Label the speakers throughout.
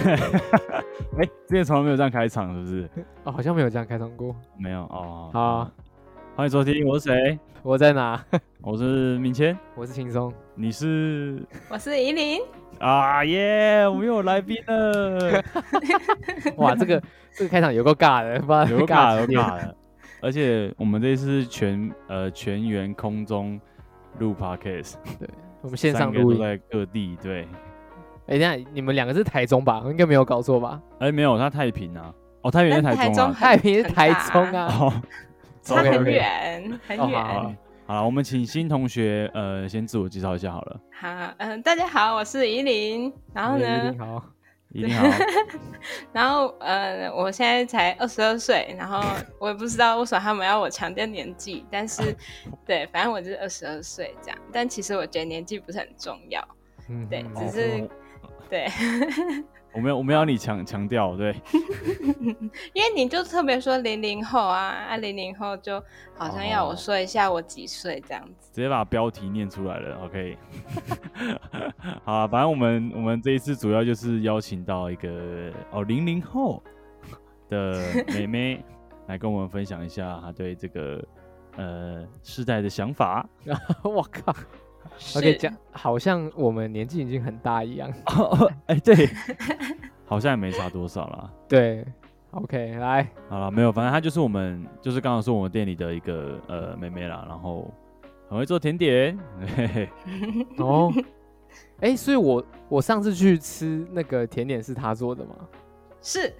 Speaker 1: 哎、之前从来没有这样开场，是不是？
Speaker 2: 哦，好像没有这样开通过。
Speaker 1: 没有哦。
Speaker 2: 好啊，
Speaker 1: 欢迎收听，我是谁？
Speaker 2: 我在哪？
Speaker 1: 我是明谦，
Speaker 2: 我是轻松。
Speaker 1: 你是
Speaker 3: 我是怡琳，
Speaker 1: 啊耶我们又有来宾了，
Speaker 2: 哇，这 个这个开场有够尬的，不知道
Speaker 1: 有尬
Speaker 2: 几
Speaker 1: 有
Speaker 2: 点
Speaker 1: 尬了。而且我们这次是全呃全员空中录 podcast，
Speaker 2: 我们线
Speaker 1: 三
Speaker 2: 上
Speaker 1: 个都
Speaker 2: 录音。
Speaker 1: 在各地。对，
Speaker 2: 哎，等一下你们两个是台中吧？应该没有搞错吧？
Speaker 1: 哎、没有，他太平啊，哦，太原在
Speaker 3: 但
Speaker 1: 台中
Speaker 3: 中
Speaker 1: 啊，
Speaker 3: 很
Speaker 2: 太平是
Speaker 3: 很
Speaker 2: 台
Speaker 3: 大
Speaker 2: 中啊
Speaker 1: 哦，
Speaker 3: 它
Speaker 2: OK，OK
Speaker 3: 很远很
Speaker 2: 哦
Speaker 3: 远。
Speaker 2: 好
Speaker 1: 好
Speaker 2: 好
Speaker 3: 好，
Speaker 1: 了好了，我们请新同学呃先自我介绍一下好了。
Speaker 3: 嗯、大家好，我是怡琳。然后
Speaker 2: 哎
Speaker 3: 呢
Speaker 2: 你，好，
Speaker 1: 一定好，
Speaker 3: 然后呃，我现在才二十二岁，然后我也不知道为什么他们要我强调年纪，但是对，反正我就是二十二岁这样。但其实我觉得年纪不是很重要，
Speaker 2: 嗯
Speaker 3: 对
Speaker 2: 嗯
Speaker 3: 只是 对，
Speaker 1: 我们要我们要你强强调，对，
Speaker 3: 因为你就特别说零零后啊，啊零零后就好像要我
Speaker 1: 哦
Speaker 3: 说一下我几岁这样子。
Speaker 1: 直接把标题念出来了，OK。好啊，反正我们我们这一次主要就是邀请到一个哦零零后的妹妹来跟我们分享一下她对这个呃世代的想法。
Speaker 2: 我靠
Speaker 3: 是
Speaker 2: 哦，OK，讲好像我们年纪已经很大一样。
Speaker 1: 哎、对，好像也没差多少啦。
Speaker 2: 对，OK，来，
Speaker 1: 好了，没有，反正她就是我们，就是刚刚说我们店里的一个呃妹妹啦，然后很会做甜点， 嘿嘿
Speaker 2: 哦，哎，所以我我上次去吃那个甜点是他做的吗？
Speaker 3: 是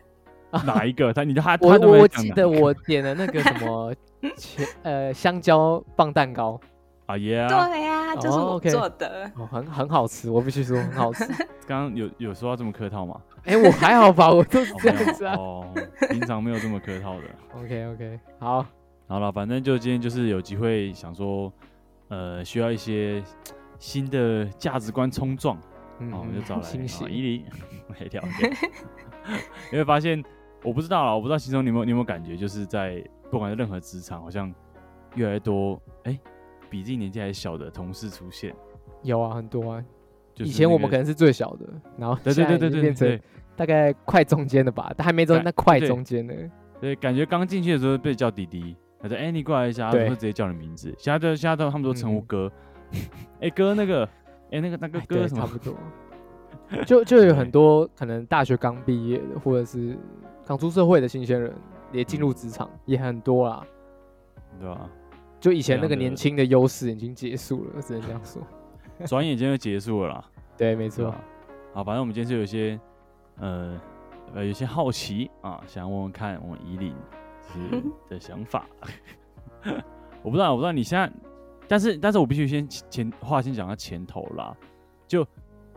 Speaker 1: 哪一个？她你就她
Speaker 2: 我
Speaker 1: 她都没
Speaker 2: 我
Speaker 1: 有
Speaker 2: 我
Speaker 1: 讲啊
Speaker 2: 记
Speaker 1: 哪
Speaker 2: 得
Speaker 1: 一个
Speaker 2: 我点了那个什么 茄呃香蕉棒蛋糕，
Speaker 1: 啊耶啊
Speaker 3: 对呀、就是
Speaker 2: 哦
Speaker 3: 我
Speaker 2: ，OK
Speaker 3: 做的。
Speaker 2: 哦，很很好吃，我必须说很好吃。
Speaker 1: 刚刚有有说到这么客套 吗？
Speaker 2: 哎、我还好吧，我都是
Speaker 1: 哦
Speaker 2: 这样子啊。
Speaker 1: 哦，平常没有这么客套的。
Speaker 2: OK OK，好，
Speaker 1: 好了，反正就今天就是有机会想说，呃，需要一些新的价值观冲撞，
Speaker 2: 嗯，
Speaker 1: 哦，我们就找来
Speaker 2: 清
Speaker 1: 啊
Speaker 2: 醒
Speaker 1: 伊犁来聊 天。因为发现我不知道啦，我不知道其中你有没有你有没有感觉，就是在不管是任何职场，好像越来越多哎、比自己年纪还小的同事出现。
Speaker 2: 有啊，很多啊。
Speaker 1: 就是
Speaker 2: 以前我
Speaker 1: 那
Speaker 2: 们
Speaker 1: 个
Speaker 2: 可能是最小的，然后
Speaker 1: 对对对
Speaker 2: 现
Speaker 1: 对
Speaker 2: 在已经
Speaker 1: 对对
Speaker 2: 变
Speaker 1: 对
Speaker 2: 成大概快中间的吧，但还没中间，那快
Speaker 1: 对
Speaker 2: 中间的。
Speaker 1: 对，感觉刚进去的时候被叫弟弟，他说：“哎、你过来一下。”他
Speaker 2: 对
Speaker 1: 会直接叫你名字。现在都现在都他们都称呼
Speaker 2: 嗯
Speaker 1: 哥， 哎、哥那个，哎、那个那个
Speaker 2: 哎
Speaker 1: 哥
Speaker 2: 对
Speaker 1: 什
Speaker 2: 差
Speaker 1: 么？
Speaker 2: 不多。就就有
Speaker 1: 对
Speaker 2: 很多可能大学刚毕业的，或者是刚出社会的新鲜人，也进
Speaker 1: 嗯
Speaker 2: 入职场、也很多啦。
Speaker 1: 对吧？
Speaker 2: 就以前
Speaker 1: 这样
Speaker 2: 那个
Speaker 1: 的
Speaker 2: 年轻的优势已经结束了，只能这样说。
Speaker 1: 转眼间就结束了啦，
Speaker 2: 对，没
Speaker 1: 对
Speaker 2: 错
Speaker 1: 吧。？好，反正我们今天是有一些，呃呃，有些好奇啊，想问问看我们依琳
Speaker 3: 嗯
Speaker 1: 就是的想法。 我不知道，我不知道你现在，但是但是我必须先前前话先讲到前头啦。就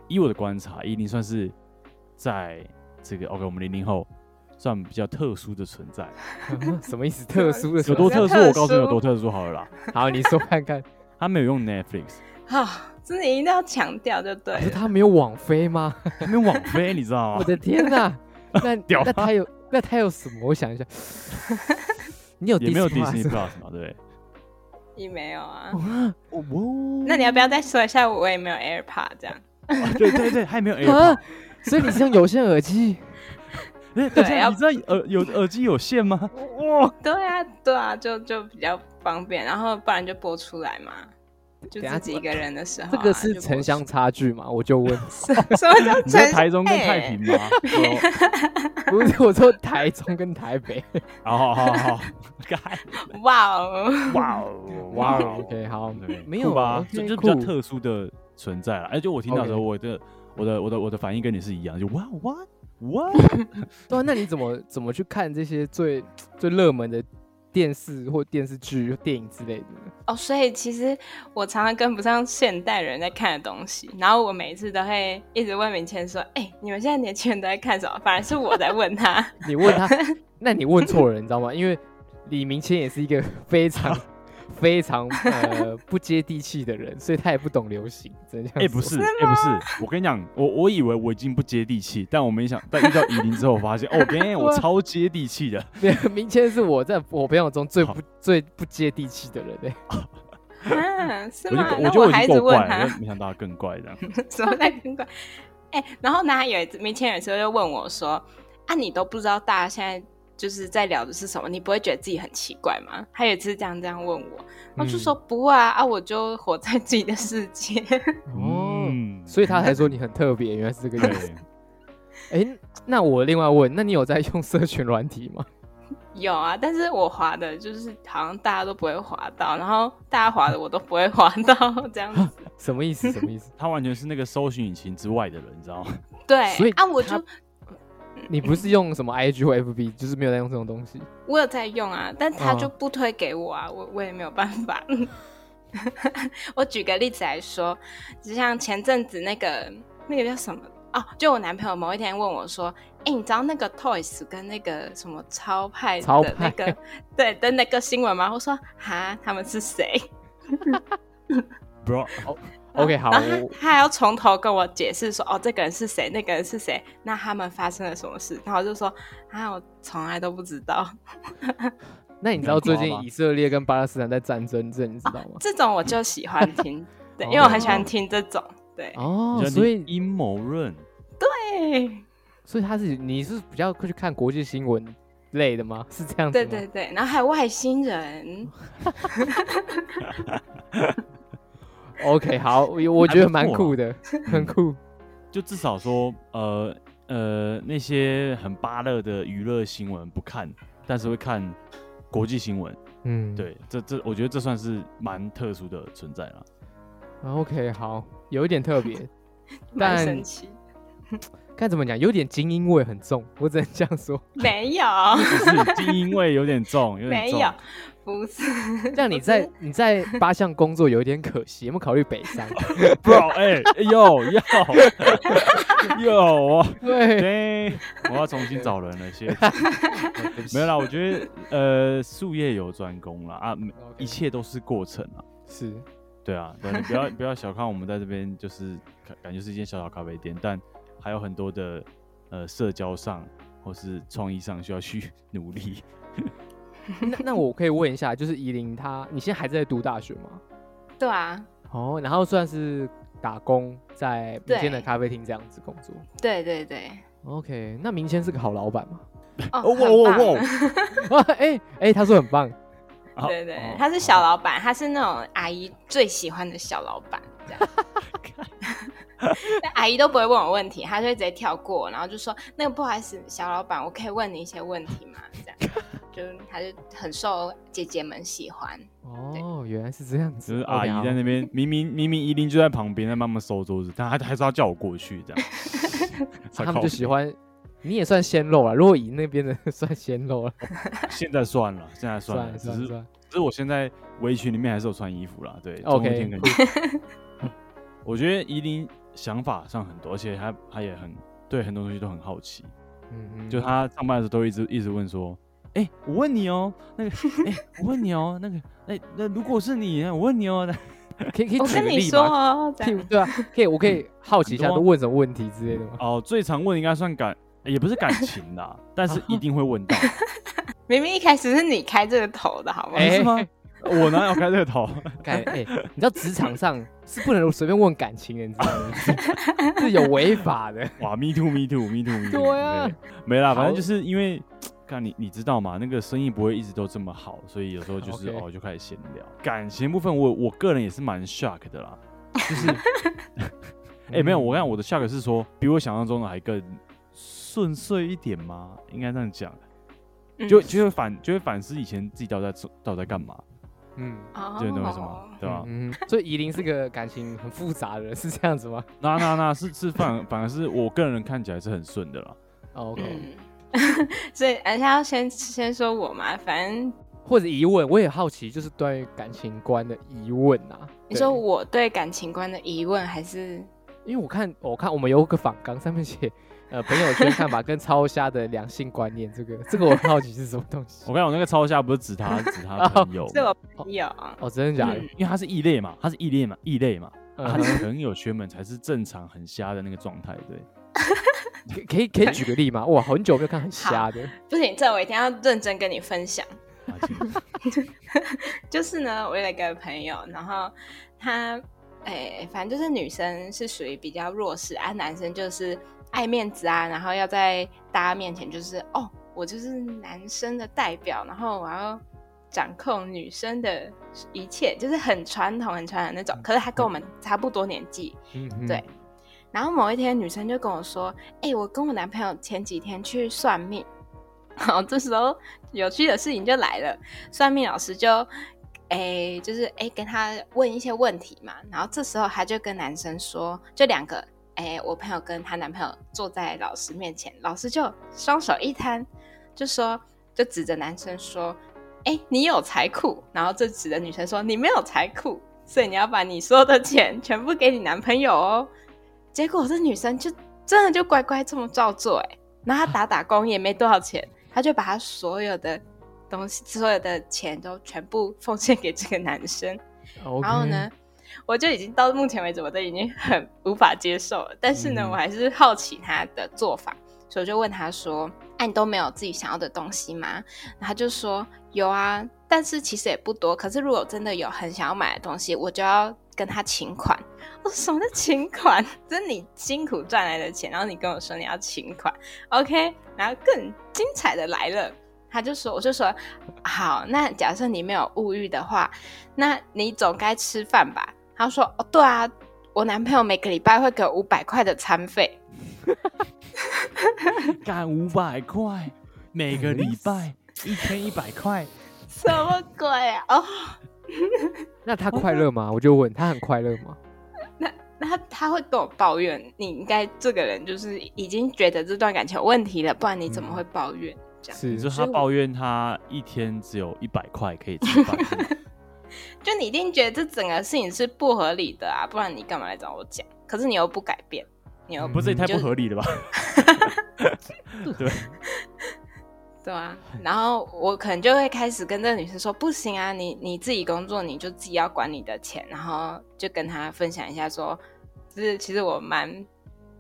Speaker 1: 以我的观察，依琳算是在这个 OK，我们零零后算比较特殊的存 在，
Speaker 2: 什么意思？特殊
Speaker 1: 啊
Speaker 2: 的
Speaker 1: 有
Speaker 2: 什
Speaker 1: 多
Speaker 2: 么？
Speaker 1: 特
Speaker 3: 特
Speaker 1: 殊？
Speaker 3: 殊
Speaker 1: 我告诉你有多特殊好了啦。
Speaker 2: 好，你说看看。
Speaker 1: 他没有用 Netflix，
Speaker 3: 好、啊真的一定要强调就对
Speaker 2: 可是
Speaker 3: 了。
Speaker 2: 他没有网飞吗？
Speaker 1: 他没有网飞，你知道
Speaker 2: 我
Speaker 1: 吗？
Speaker 2: 的天呐， 那
Speaker 1: 啊屌啊
Speaker 2: 那他有那他有什么？我想 一下，你有
Speaker 1: 也没有 Disney
Speaker 2: Plus 吗啊
Speaker 1: Plus 嘛，对不对？
Speaker 3: 也没有啊。
Speaker 1: 哦，哇
Speaker 3: 那你要不要再说一下？我也没有 AirPod 这样。
Speaker 1: 对对对，还没有 AirPod。
Speaker 2: 啊？所以你是用有线耳机？
Speaker 1: 哎等一
Speaker 3: 对
Speaker 1: 下，
Speaker 3: 要
Speaker 1: 你知道耳有耳机有线 吗？
Speaker 3: 对啊，对啊，就就比较方便，然后不然就播出来嘛。就
Speaker 2: 等下
Speaker 3: 自己一个人的时候啊、
Speaker 2: 这个是
Speaker 3: 就播出
Speaker 2: 城乡差距嘛？我就问，
Speaker 3: 什 什么叫
Speaker 1: 你在
Speaker 3: 城？
Speaker 1: 台中跟
Speaker 3: 哎
Speaker 1: 太平 吗？
Speaker 2: 不 是我说台中跟台北。
Speaker 1: 哦，好好好，好干
Speaker 3: 哇哦，
Speaker 1: 哇哦
Speaker 2: 哇 哦，OK，好
Speaker 1: 对，
Speaker 2: 没有
Speaker 1: 酷吧？
Speaker 2: OK，
Speaker 1: 就就比较
Speaker 2: 酷
Speaker 1: 特殊的存在了。而且我听到的时候，
Speaker 2: OK
Speaker 1: 我的我的我的我的反应跟你是一样，就哇 what what？
Speaker 2: 对啊，那你怎么怎么去看这些最最热门的电视或电视剧、电影之类的呢？
Speaker 3: 哦，所以其实我常常跟不上现代人在看的东西，然后我每一次都会一直问明谦说：“哎、你们现在年轻人都在看什么？”反而是我在问他。
Speaker 2: 你问他，那你问错人，你知道吗？因为李明谦也是一个 非常非常呃不接地气的人，所以他也不懂流行，真的 这样
Speaker 1: 哎，不
Speaker 2: 说
Speaker 1: 是，哎，不是，我跟你讲，我我以为我已经不接地气，但我没想，但遇到怡琳之后，我发现， 哦，天，我
Speaker 2: 对啊
Speaker 1: 超接地气的。
Speaker 2: 对，明谦是我在我朋友中最
Speaker 1: 好
Speaker 2: 不最不接地气的人、欸。
Speaker 3: 啊，是
Speaker 1: 我就
Speaker 3: 吗？
Speaker 1: 我
Speaker 3: 那
Speaker 1: 觉得我已
Speaker 3: 还一
Speaker 1: 经
Speaker 3: 直
Speaker 1: 够
Speaker 3: 问
Speaker 1: 怪了，
Speaker 3: 他
Speaker 1: 但没想到他更怪这样。
Speaker 3: 什么在跟怪。哎、然后呢，有一次明谦有一次就问我说：“啊，你都不知道大家现在就是在聊的是什么，你不会觉得自己很奇怪吗？”他有一次这样这样问我，
Speaker 2: 嗯
Speaker 3: 我就说：“不会啊，啊，我就活在自己的世界。
Speaker 2: 哦，
Speaker 1: 嗯
Speaker 2: 所以他才说你很特别，原来是这个原因。
Speaker 1: 对，
Speaker 2: 哎，那我另外问，那你有在用社群软体吗？”
Speaker 3: 有啊，但是我滑的就是好像大家都不会滑到，然后大家滑的我都不会滑到这 样子。
Speaker 2: 什么意思？什么意思？
Speaker 1: 他完全是那个搜寻引擎之外的人，你知 道吗？
Speaker 2: 所
Speaker 3: 对
Speaker 2: 以
Speaker 3: 啊，我
Speaker 2: 他
Speaker 3: 就
Speaker 2: 你不是用什么 IG 或 FB，就是没有在用这种东西。
Speaker 3: 我有在用啊，但他
Speaker 2: 嗯
Speaker 3: 就不推给我啊，我我也没有办法。 我举个例子来说，就像前阵子那个那个叫什么哦，就我男朋友某一天问我说：“哎、你知道那个 Toys 跟那个什么超派
Speaker 2: 超
Speaker 3: 的那
Speaker 2: 派
Speaker 3: 个 对的那个新闻吗？”我说：“哈，他们是谁
Speaker 1: bro，
Speaker 2: 哦 OK，好，
Speaker 1: 啊
Speaker 3: 然后
Speaker 2: 我
Speaker 3: 他他还要从头跟我解释说：“哦，这个人是谁，那个人是谁，那他们发生了什么事？”然后我就说：“啊，我从来都不知道。”
Speaker 2: 那你知道最
Speaker 1: 你要
Speaker 2: 近
Speaker 1: 抓吗
Speaker 2: 以色列跟巴勒斯坦在战争，这你知道吗？
Speaker 3: 这种我就喜欢 听，对，
Speaker 2: 哦
Speaker 3: 因为我很喜欢听这种，对，
Speaker 1: 啊
Speaker 2: 哦
Speaker 1: 你，知道
Speaker 2: 所
Speaker 1: 你
Speaker 2: 以
Speaker 1: 阴谋论，
Speaker 3: 对
Speaker 2: 所以他是你是比较会去看国际新闻类的 吗？是这样子
Speaker 3: 对
Speaker 2: 吗？
Speaker 3: 对对，然后还有外星人，
Speaker 2: 对。OK，好，我我觉得蛮酷的， 很酷。
Speaker 1: 就至少说，呃呃，那些很巴乐的娱乐新闻不看，但是会看国际新闻。
Speaker 2: 嗯，。
Speaker 1: 对，这这我觉得这算是蛮特殊的存在了。
Speaker 2: OK，好，有一点特别，
Speaker 3: 蛮
Speaker 2: 但
Speaker 3: 神奇。
Speaker 2: 该怎么讲？有点精英味很重，我只能这样 说。
Speaker 3: 没有，
Speaker 1: 只是精英味有点重，有点
Speaker 3: 没
Speaker 1: 重。
Speaker 3: 有，不是，
Speaker 2: 让你在你在八项工作有一点可惜，有没有考虑北 上？
Speaker 1: bro，哎、欸， 有有有啊！
Speaker 2: 对，
Speaker 1: 对，我要重新找人了，谢谢。
Speaker 2: 对不 起
Speaker 1: 没有啦，我觉得呃，术业有专攻啦，啊，每
Speaker 2: OK
Speaker 1: 一切都是过程啊。
Speaker 2: 是
Speaker 1: 对啊，对啊，你不 要不要小看我们在这边，就是感感觉是一间小小咖啡店，但还有很多的呃社交上或是创意上需要去 努力。
Speaker 2: 那那我可以问一下，就是依林他，你现在还在读大学吗？
Speaker 3: 对啊，
Speaker 2: 哦，然后算是打工，在民间的
Speaker 3: 对
Speaker 2: 咖啡厅这样子工作。
Speaker 3: 对对对，
Speaker 2: OK，那明谦是个好老板吗？
Speaker 3: 哦，
Speaker 1: 哦哇
Speaker 3: 很
Speaker 1: 哇
Speaker 3: 棒
Speaker 1: 哇！
Speaker 2: 啊，哎哎，他说很棒，
Speaker 1: 啊
Speaker 3: 对对
Speaker 1: 哦
Speaker 3: 对，他是小老板，他是那种阿姨最喜欢的小老板，这 样。但阿姨都不会问我问题，她就会直接跳过，然后就说：“那个不好意思，小老板，我可以问你一些问题吗？”这样，就是他就很受姐姐们喜欢。
Speaker 2: 哦，原来是这样子。哦
Speaker 1: 就是阿
Speaker 2: OK，
Speaker 1: 姨
Speaker 2: 好。
Speaker 1: 在那边，明明明明依琳就在旁边在慢慢收桌子，但她还是要叫我过去这样
Speaker 2: 啊他们就喜
Speaker 1: 欢。
Speaker 2: 欢，你也算鲜肉了。如果以那边的 算鲜肉了，
Speaker 1: 现在算了，现在哦算
Speaker 2: 算
Speaker 1: 了，
Speaker 2: 了
Speaker 1: 只
Speaker 2: 算
Speaker 1: 是只
Speaker 2: 了算了。
Speaker 1: 是我现在围裙里面还是有穿衣服啦。对总
Speaker 2: OK
Speaker 1: 有一天可能 我觉得依琳想法上很多，而且她她也很对很多东西都很好奇。
Speaker 2: 嗯嗯
Speaker 1: 就他上班的时候都一直一直问说，哎、我问你哦、那个，哎、我问你哦、那个，哎、那如果是你，我问你哦、那
Speaker 2: 可以可以
Speaker 3: 我
Speaker 2: 举
Speaker 3: 跟
Speaker 2: 个
Speaker 3: 你
Speaker 2: 例
Speaker 3: 说
Speaker 2: 吗？
Speaker 3: 哦，这
Speaker 2: 可以
Speaker 3: 样
Speaker 2: 对啊，可以，我可以好奇一下，
Speaker 1: 很
Speaker 2: 都
Speaker 1: 多啊
Speaker 2: 问什么问题之 类的吗？
Speaker 1: 哦，最常问应该算感，也不是感情啦，但
Speaker 2: 啊
Speaker 1: 是一定会问 到，
Speaker 3: 明明一开始是你开这个头的好吗？
Speaker 2: 哎
Speaker 1: 是吗？我哪有开这个头？
Speaker 2: 感哎、你知道职场上是不能随便问感情的，你知 道吗？是是有违法的。
Speaker 1: 哇，me too，me too，me too，me too，
Speaker 2: 对啊
Speaker 1: 没啦，反
Speaker 2: 好
Speaker 1: 正就是因为，看你你知道嘛，那个生意不会一直都这么好，所以有时候就是
Speaker 2: OK
Speaker 1: 哦就开始闲聊。感情部分我我个人也是蛮 shock 的啦，就是， 哎、没有，
Speaker 2: 嗯
Speaker 1: 我看我的 shock 是说比我想象中的还更顺遂一点吗？应该这样讲，
Speaker 3: 嗯
Speaker 1: 就就会反就会反思以前自己到底在做到底在干嘛，
Speaker 2: 嗯，
Speaker 3: 哦
Speaker 1: 就你懂我意思吗？对啊吧、
Speaker 2: 嗯，嗯所以怡琳是个感情很复杂的人，是这样子吗
Speaker 1: 那那那是是反反而是我个人看起来是很顺的啦。
Speaker 2: 哦？OK，、
Speaker 3: 嗯， 所以而且要先先说我嘛，反正
Speaker 2: 或者疑问，我也好奇，就是关于感情观的疑问啊。
Speaker 3: 你说
Speaker 2: 对
Speaker 3: 我对感情观的疑问还是，
Speaker 2: 因为我看，我看我们有个访纲，上面写，呃，朋友圈看法跟超虾的两性观念，这个 这个我很好奇是什么东西
Speaker 1: 我。看我那个超下不是指他指 他朋友
Speaker 3: 是 我嗯朋友，啊
Speaker 2: 哦，真的假的？
Speaker 1: 啊因为他是异类嘛，他是异类嘛，异类嘛，
Speaker 2: 嗯
Speaker 1: 他的朋友圈们才是正常很瞎的那个状态， 对，
Speaker 2: 可可以可以举个例吗？哇，很久没有看很瞎 的。
Speaker 3: 不行，这我一定要认真跟你分享。
Speaker 1: 啊，请
Speaker 3: 就是呢，我有一个朋友，然后他哎，反正就是女生是属于比较弱势啊，男生就是爱面子啊，然后要在大家面前就是哦，我就是男生的代表，然后我要掌控女生的一切，就是很传统、很传统的那种。可是他跟我们差不多年纪，
Speaker 2: 嗯哼
Speaker 3: 对，然后某一天，女生就跟我说：“哎、我跟我男朋友前几天去算命。”好，这时候有趣的事情就来了，算命老师就哎、就是哎、跟他问一些问题嘛。然后这时候他就跟男生说，就两个哎、我朋友跟她男朋友坐在老师面前，老师就双手一摊，就说就指着男生说：“哎、你有财库。”然后就指着女生说：“你没有财库。”所以你要把你所有的钱全部给你男朋友哦。结果这女生就真的就乖乖这么照做、欸，哎，然后她打打工也没多少钱，她就把她所有的东西、所有的钱都全部奉献给这个男生。
Speaker 2: OK
Speaker 3: 然后呢，我就已经到目前为止，我都已经很无法接受了。但是呢，
Speaker 2: 嗯
Speaker 3: 我还是好奇他的做法，所以我就问他说：“哎、你都没有自己想要的东西吗？”然后他就说：“有啊，但是其实也不多。可是如果真的有很想要买的东西，我就要跟他请款。”我说：“什么叫请款？ 这是你辛苦赚来的钱，然后你跟我说你要请款，OK？” 然后更精彩的来了。他就说，我就说，好，那假设你没有物欲的话，那你总该吃饭吧？他说：“哦，对啊，我男朋友每个礼拜会给我五百块的餐费。
Speaker 1: 干五百块，每个礼拜 一天一百块，”
Speaker 3: 什么鬼啊？ 哦，
Speaker 2: 那他快乐吗？我就问他很快乐吗？
Speaker 3: 那他他会跟我抱怨，你应该这个人就是已经觉得这段感情有问题了，不然你怎么会抱怨？这样
Speaker 2: 是
Speaker 1: 你说他抱怨他一天只有一百块可以吃 饭是吗，
Speaker 3: 就你一定觉得这整个事情是不合理的啊，不然你干嘛来找我讲？可是你又不改变，你又
Speaker 2: 嗯
Speaker 1: 不是也太
Speaker 3: 就
Speaker 1: 不合理了吧？ 对，
Speaker 3: 对啊，然后我可能就会开始跟这个女生说，不行啊，你你自己工作，你就自己要管你的钱，然后就跟她分享一下说，就是其实我蛮，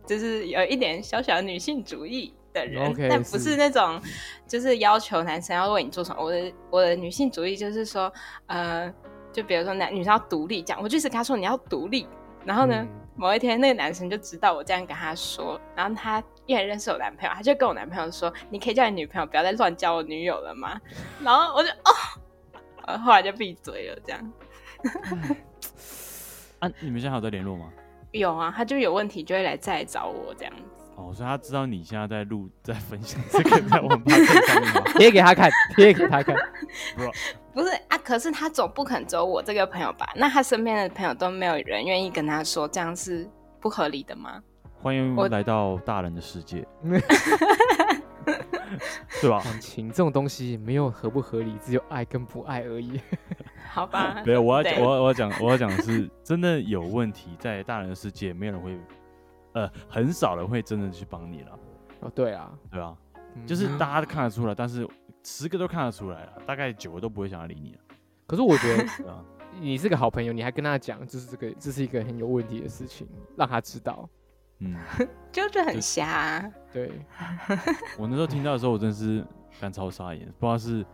Speaker 3: 就是有一点小小的女性主义的人
Speaker 2: OK，
Speaker 3: 但不
Speaker 2: 是
Speaker 3: 是那种就是要求男生要为你做什么。我的我的女性主义就是说，呃，就比如说男女生要独立，这样我就是跟她说你要独立，然后呢，
Speaker 2: 嗯
Speaker 3: 某一天那个男生就知道我这样跟他说，然后他因为认识我男朋友，他就跟我男朋友说：“你可以叫你女朋友不要再乱叫我女友了吗？”然后我就哦，呃后来就闭嘴了。这样
Speaker 1: 啊，你们现在还有在联络吗？
Speaker 3: 有啊，他就有问题就会来再来找我这样子。
Speaker 1: 哦，所以他知道你现在在录，在分享这个在我们 p o 上面吗？
Speaker 2: 贴给他看， 贴给他看。
Speaker 3: 不是啊，可是他总不肯只有我这个朋友吧？那他身边的朋友都没有人愿意跟他说，这样是不合理的吗？
Speaker 1: 欢迎
Speaker 3: 我
Speaker 1: 来到大人的世 界，对吧？
Speaker 2: 感情这种东西没有合不合理，只有爱跟不爱而已。
Speaker 3: 好 吧，
Speaker 1: 没有，我要
Speaker 3: 啊对
Speaker 1: 讲，我要我要讲，我要讲的是真的有问题，在大人的世界，没有人会，呃，很少人会真的去帮你了，
Speaker 2: 哦，对啊，
Speaker 1: 对吧？
Speaker 2: 嗯
Speaker 1: 就是大家都看得出来，但是十个都看得出来了，大概九个都不会想要理你了，
Speaker 2: 可是我觉得
Speaker 1: 对吧？
Speaker 2: 你是个好朋友，你还跟他讲，就是这个这是一个很有问题的事情，让他知道。
Speaker 1: 嗯，
Speaker 3: 就就很瞎、啊。
Speaker 2: 对，
Speaker 1: 我那时候听到的时候，我真的是干超傻眼，不知道是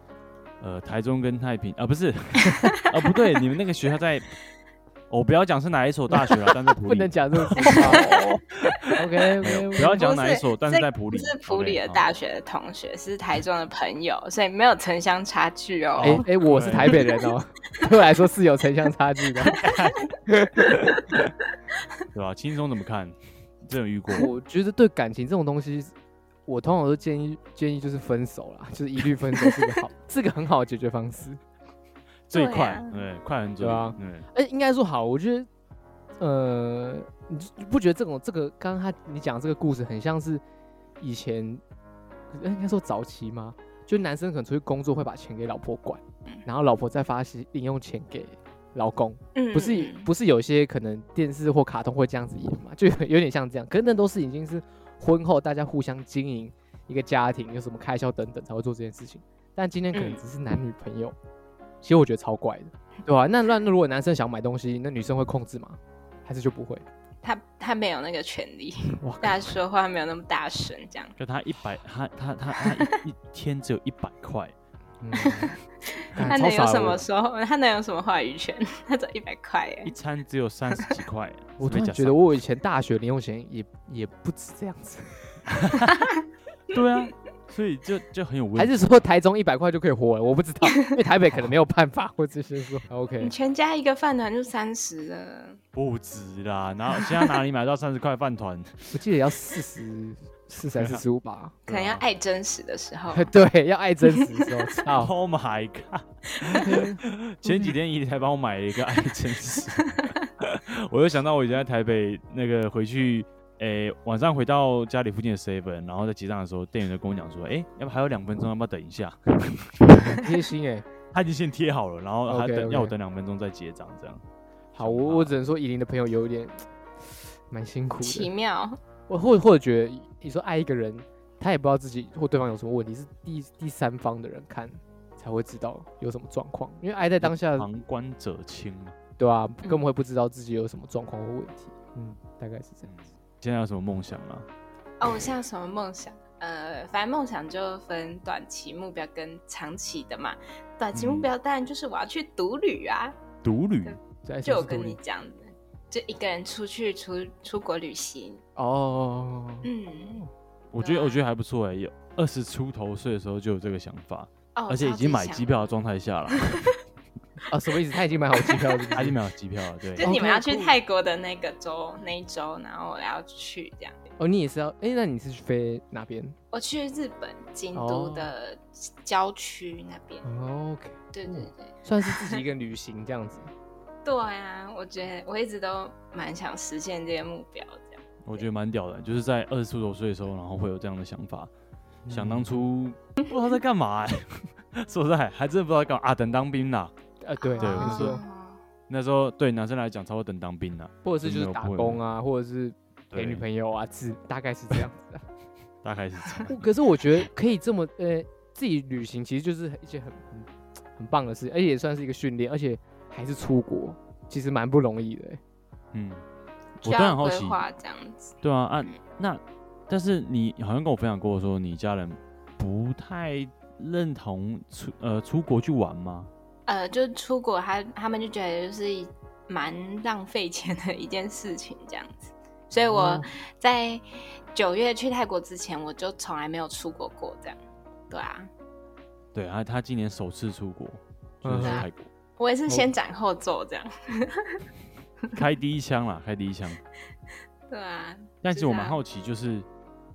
Speaker 1: 呃台中跟太平啊，不是 啊，不对，你们那个学校在，我不要讲是哪一所大学了，但在普
Speaker 2: 不
Speaker 1: 里，
Speaker 2: 能讲这种 话哦。OK
Speaker 1: 没有
Speaker 2: OK，
Speaker 1: 不要讲
Speaker 3: 不
Speaker 1: 哪
Speaker 3: 是
Speaker 1: 一所，但是
Speaker 3: 这
Speaker 1: 在普里，
Speaker 3: 不是普里的
Speaker 1: OK，好
Speaker 3: 大学的同学，是台中的 朋友，所以没有城乡差距哦。
Speaker 2: 哎哎，我是台北人哦， 对我来说是有城乡差距的。
Speaker 1: 对吧？轻松怎么看？真有遇过，
Speaker 2: 我觉得对感情这种东西，我通常都建议建议就是分手啦，就是一律分手是个好， 是个很好的解决方式。
Speaker 1: 最
Speaker 3: 对
Speaker 1: 快
Speaker 3: 啊，
Speaker 1: 对，快很准
Speaker 2: 对啊，
Speaker 1: 对，
Speaker 2: 哎、应该说好，我觉得，呃，你就你不觉得这种这个刚刚他你讲这个故事很像是以前，呃应该说早期吗？就男生可能出去工作会把钱给老婆管，然后老婆再发些零用钱给老公，
Speaker 3: 嗯
Speaker 2: 不是不是有些可能电视或卡通会这样子演嘛，就有有点像这样，可是那都是已经是婚后大家互相经营一个家庭，有什么开销等等才会做这件事情。但今天可能
Speaker 3: 嗯
Speaker 2: 只是男女朋友，其实我觉得超怪的，对吧、那那那如果男生想买东西，那女生会控制吗？还是就不会？
Speaker 3: 他他没有那个权 利，
Speaker 2: 哇，
Speaker 3: 大家说话没有那么大声，这样
Speaker 1: 就他一百，他他他他一一天只有一百块，
Speaker 2: 嗯
Speaker 3: 他
Speaker 2: 干超
Speaker 3: 能有
Speaker 2: 傻
Speaker 3: 什
Speaker 2: 的
Speaker 3: 么
Speaker 2: 我
Speaker 3: 说？ 他能有什么话语权？ 他只一百块耶
Speaker 1: 一！餐只有三十几块，
Speaker 2: 我
Speaker 1: 是
Speaker 2: 突
Speaker 1: 没
Speaker 2: 然
Speaker 1: 加
Speaker 2: 觉
Speaker 1: 上
Speaker 2: 得我以前大学零用钱也也不止这样子，
Speaker 1: 对啊，所以就就很有问
Speaker 2: 还
Speaker 1: 题。
Speaker 2: 是说台中一百块就可以活了？我不知道，因为台北可能没有办法，或者是说 OK
Speaker 3: 你。全家一个饭团就三十了，
Speaker 1: 不止啦，哪有现在哪里买到三十块饭 团？
Speaker 2: 我记得要四十四三四十五吧。
Speaker 3: 可能要爱真实的时
Speaker 1: 啊
Speaker 3: 候。
Speaker 2: 对，要爱真实的 时候，操！
Speaker 1: Oh my god！前 几天姨才帮我买了一个爱真实， 我又想到我以前在台北那个回去，诶、晚上回到家里附近的 seven，然后在结账的时候，店员就跟我讲说，诶、要不还有两分钟，要不要等一下？
Speaker 2: 很贴心哎、
Speaker 1: 他已经先贴好了，然后他等
Speaker 2: OK，OK
Speaker 1: 要我等两分钟再结账，这样。
Speaker 2: 好，我我只能说以琳的朋友有一点蛮辛苦
Speaker 3: 奇
Speaker 2: 的，
Speaker 3: 妙，
Speaker 2: 我或或者觉得你说爱一个人，他也不知道自己或对方有什么问题，是第第三方的人看才会知道有什么状况，因为爱在当下，
Speaker 1: 旁观者清嘛。
Speaker 2: 对吧、根本会不知道自己有什么状况或问题，嗯，大概是这样子。
Speaker 1: 现在有什么梦想吗？
Speaker 3: 哦，我现在有什么梦想？呃，反正梦想就分短期目标跟长期的嘛。短期
Speaker 1: 嗯
Speaker 3: 目标当然就是我要去独旅啊，
Speaker 1: 独旅
Speaker 3: 对
Speaker 2: 在
Speaker 3: 就我
Speaker 2: 什么
Speaker 3: 跟
Speaker 2: 时候
Speaker 3: 你讲的，就一个人出去出出国旅行。
Speaker 2: 哦，
Speaker 3: 嗯，
Speaker 1: 我觉得
Speaker 3: 对啊
Speaker 1: 我觉得还不错哎、有二十出头岁的时候就有这个想法，
Speaker 3: 哦，
Speaker 1: 而且已
Speaker 3: 超级
Speaker 1: 经买
Speaker 3: 想
Speaker 1: 机票的状态下 了，
Speaker 2: 啊，什么意思？他已经买好机票了是不是，
Speaker 1: 他已经买好机票了，对
Speaker 3: 就，你
Speaker 2: OK，
Speaker 3: 们要去
Speaker 2: 酷
Speaker 3: 泰国的那个州那一周，然后我要去这样。
Speaker 2: 哦，你也是要？哎、那你是去飞哪边
Speaker 3: 我去日本京都
Speaker 2: 哦
Speaker 3: 的郊区那边，
Speaker 2: 哦？OK，
Speaker 3: 对对对，
Speaker 2: 算是自己一个人旅行这样子。
Speaker 3: 对啊，我觉得我一直都蛮想实现这些目标这样。
Speaker 1: 我觉得蛮屌的，就是在二十出头岁的时候，然后会有这样的想法。
Speaker 2: 嗯
Speaker 1: 想当初不知道在干嘛、欸， 说实在还真的不知道在干嘛啊，等当兵啦。
Speaker 2: 呃，对，
Speaker 1: 对我
Speaker 2: 没
Speaker 1: 就说
Speaker 2: 错，
Speaker 3: 哦
Speaker 1: 那时候对男生来讲，差不多等当兵啦，
Speaker 2: 或者是就是
Speaker 1: 真的
Speaker 2: 打
Speaker 1: 有
Speaker 2: 工啊，或者是陪
Speaker 1: 对
Speaker 2: 女朋友啊，是大概是这样子、啊。
Speaker 1: 大概是这样。
Speaker 2: 不 可是我觉得可以这么呃，自己旅行其实就是一件很很很棒的事，而且也算是一个训练，而且还是出国，其实蛮不容易的欸、
Speaker 1: 嗯，
Speaker 3: 需
Speaker 1: 我当然
Speaker 3: 要
Speaker 1: 好
Speaker 3: 规
Speaker 1: 奇，
Speaker 3: 划这样子。
Speaker 1: 对啊，啊，那但是你好像跟我分享过说，你家人不太认同出呃出国去玩吗？
Speaker 3: 呃，就出国他他们就觉得就是一蛮浪费钱的一件事情这样子，所以我
Speaker 1: 嗯
Speaker 2: 哦
Speaker 3: 在九月去泰国之前，我就从来没有出国过这样。对啊，
Speaker 1: 对啊，他今年首次出国，就是去
Speaker 2: 嗯哼
Speaker 1: 泰国，
Speaker 3: 我也是先斩后奏这样。
Speaker 1: 开第一枪啦，开第一枪。
Speaker 3: 对啊，
Speaker 1: 但是
Speaker 3: 就
Speaker 1: 我
Speaker 3: 是
Speaker 1: 蛮
Speaker 3: 啊
Speaker 1: 好奇，就是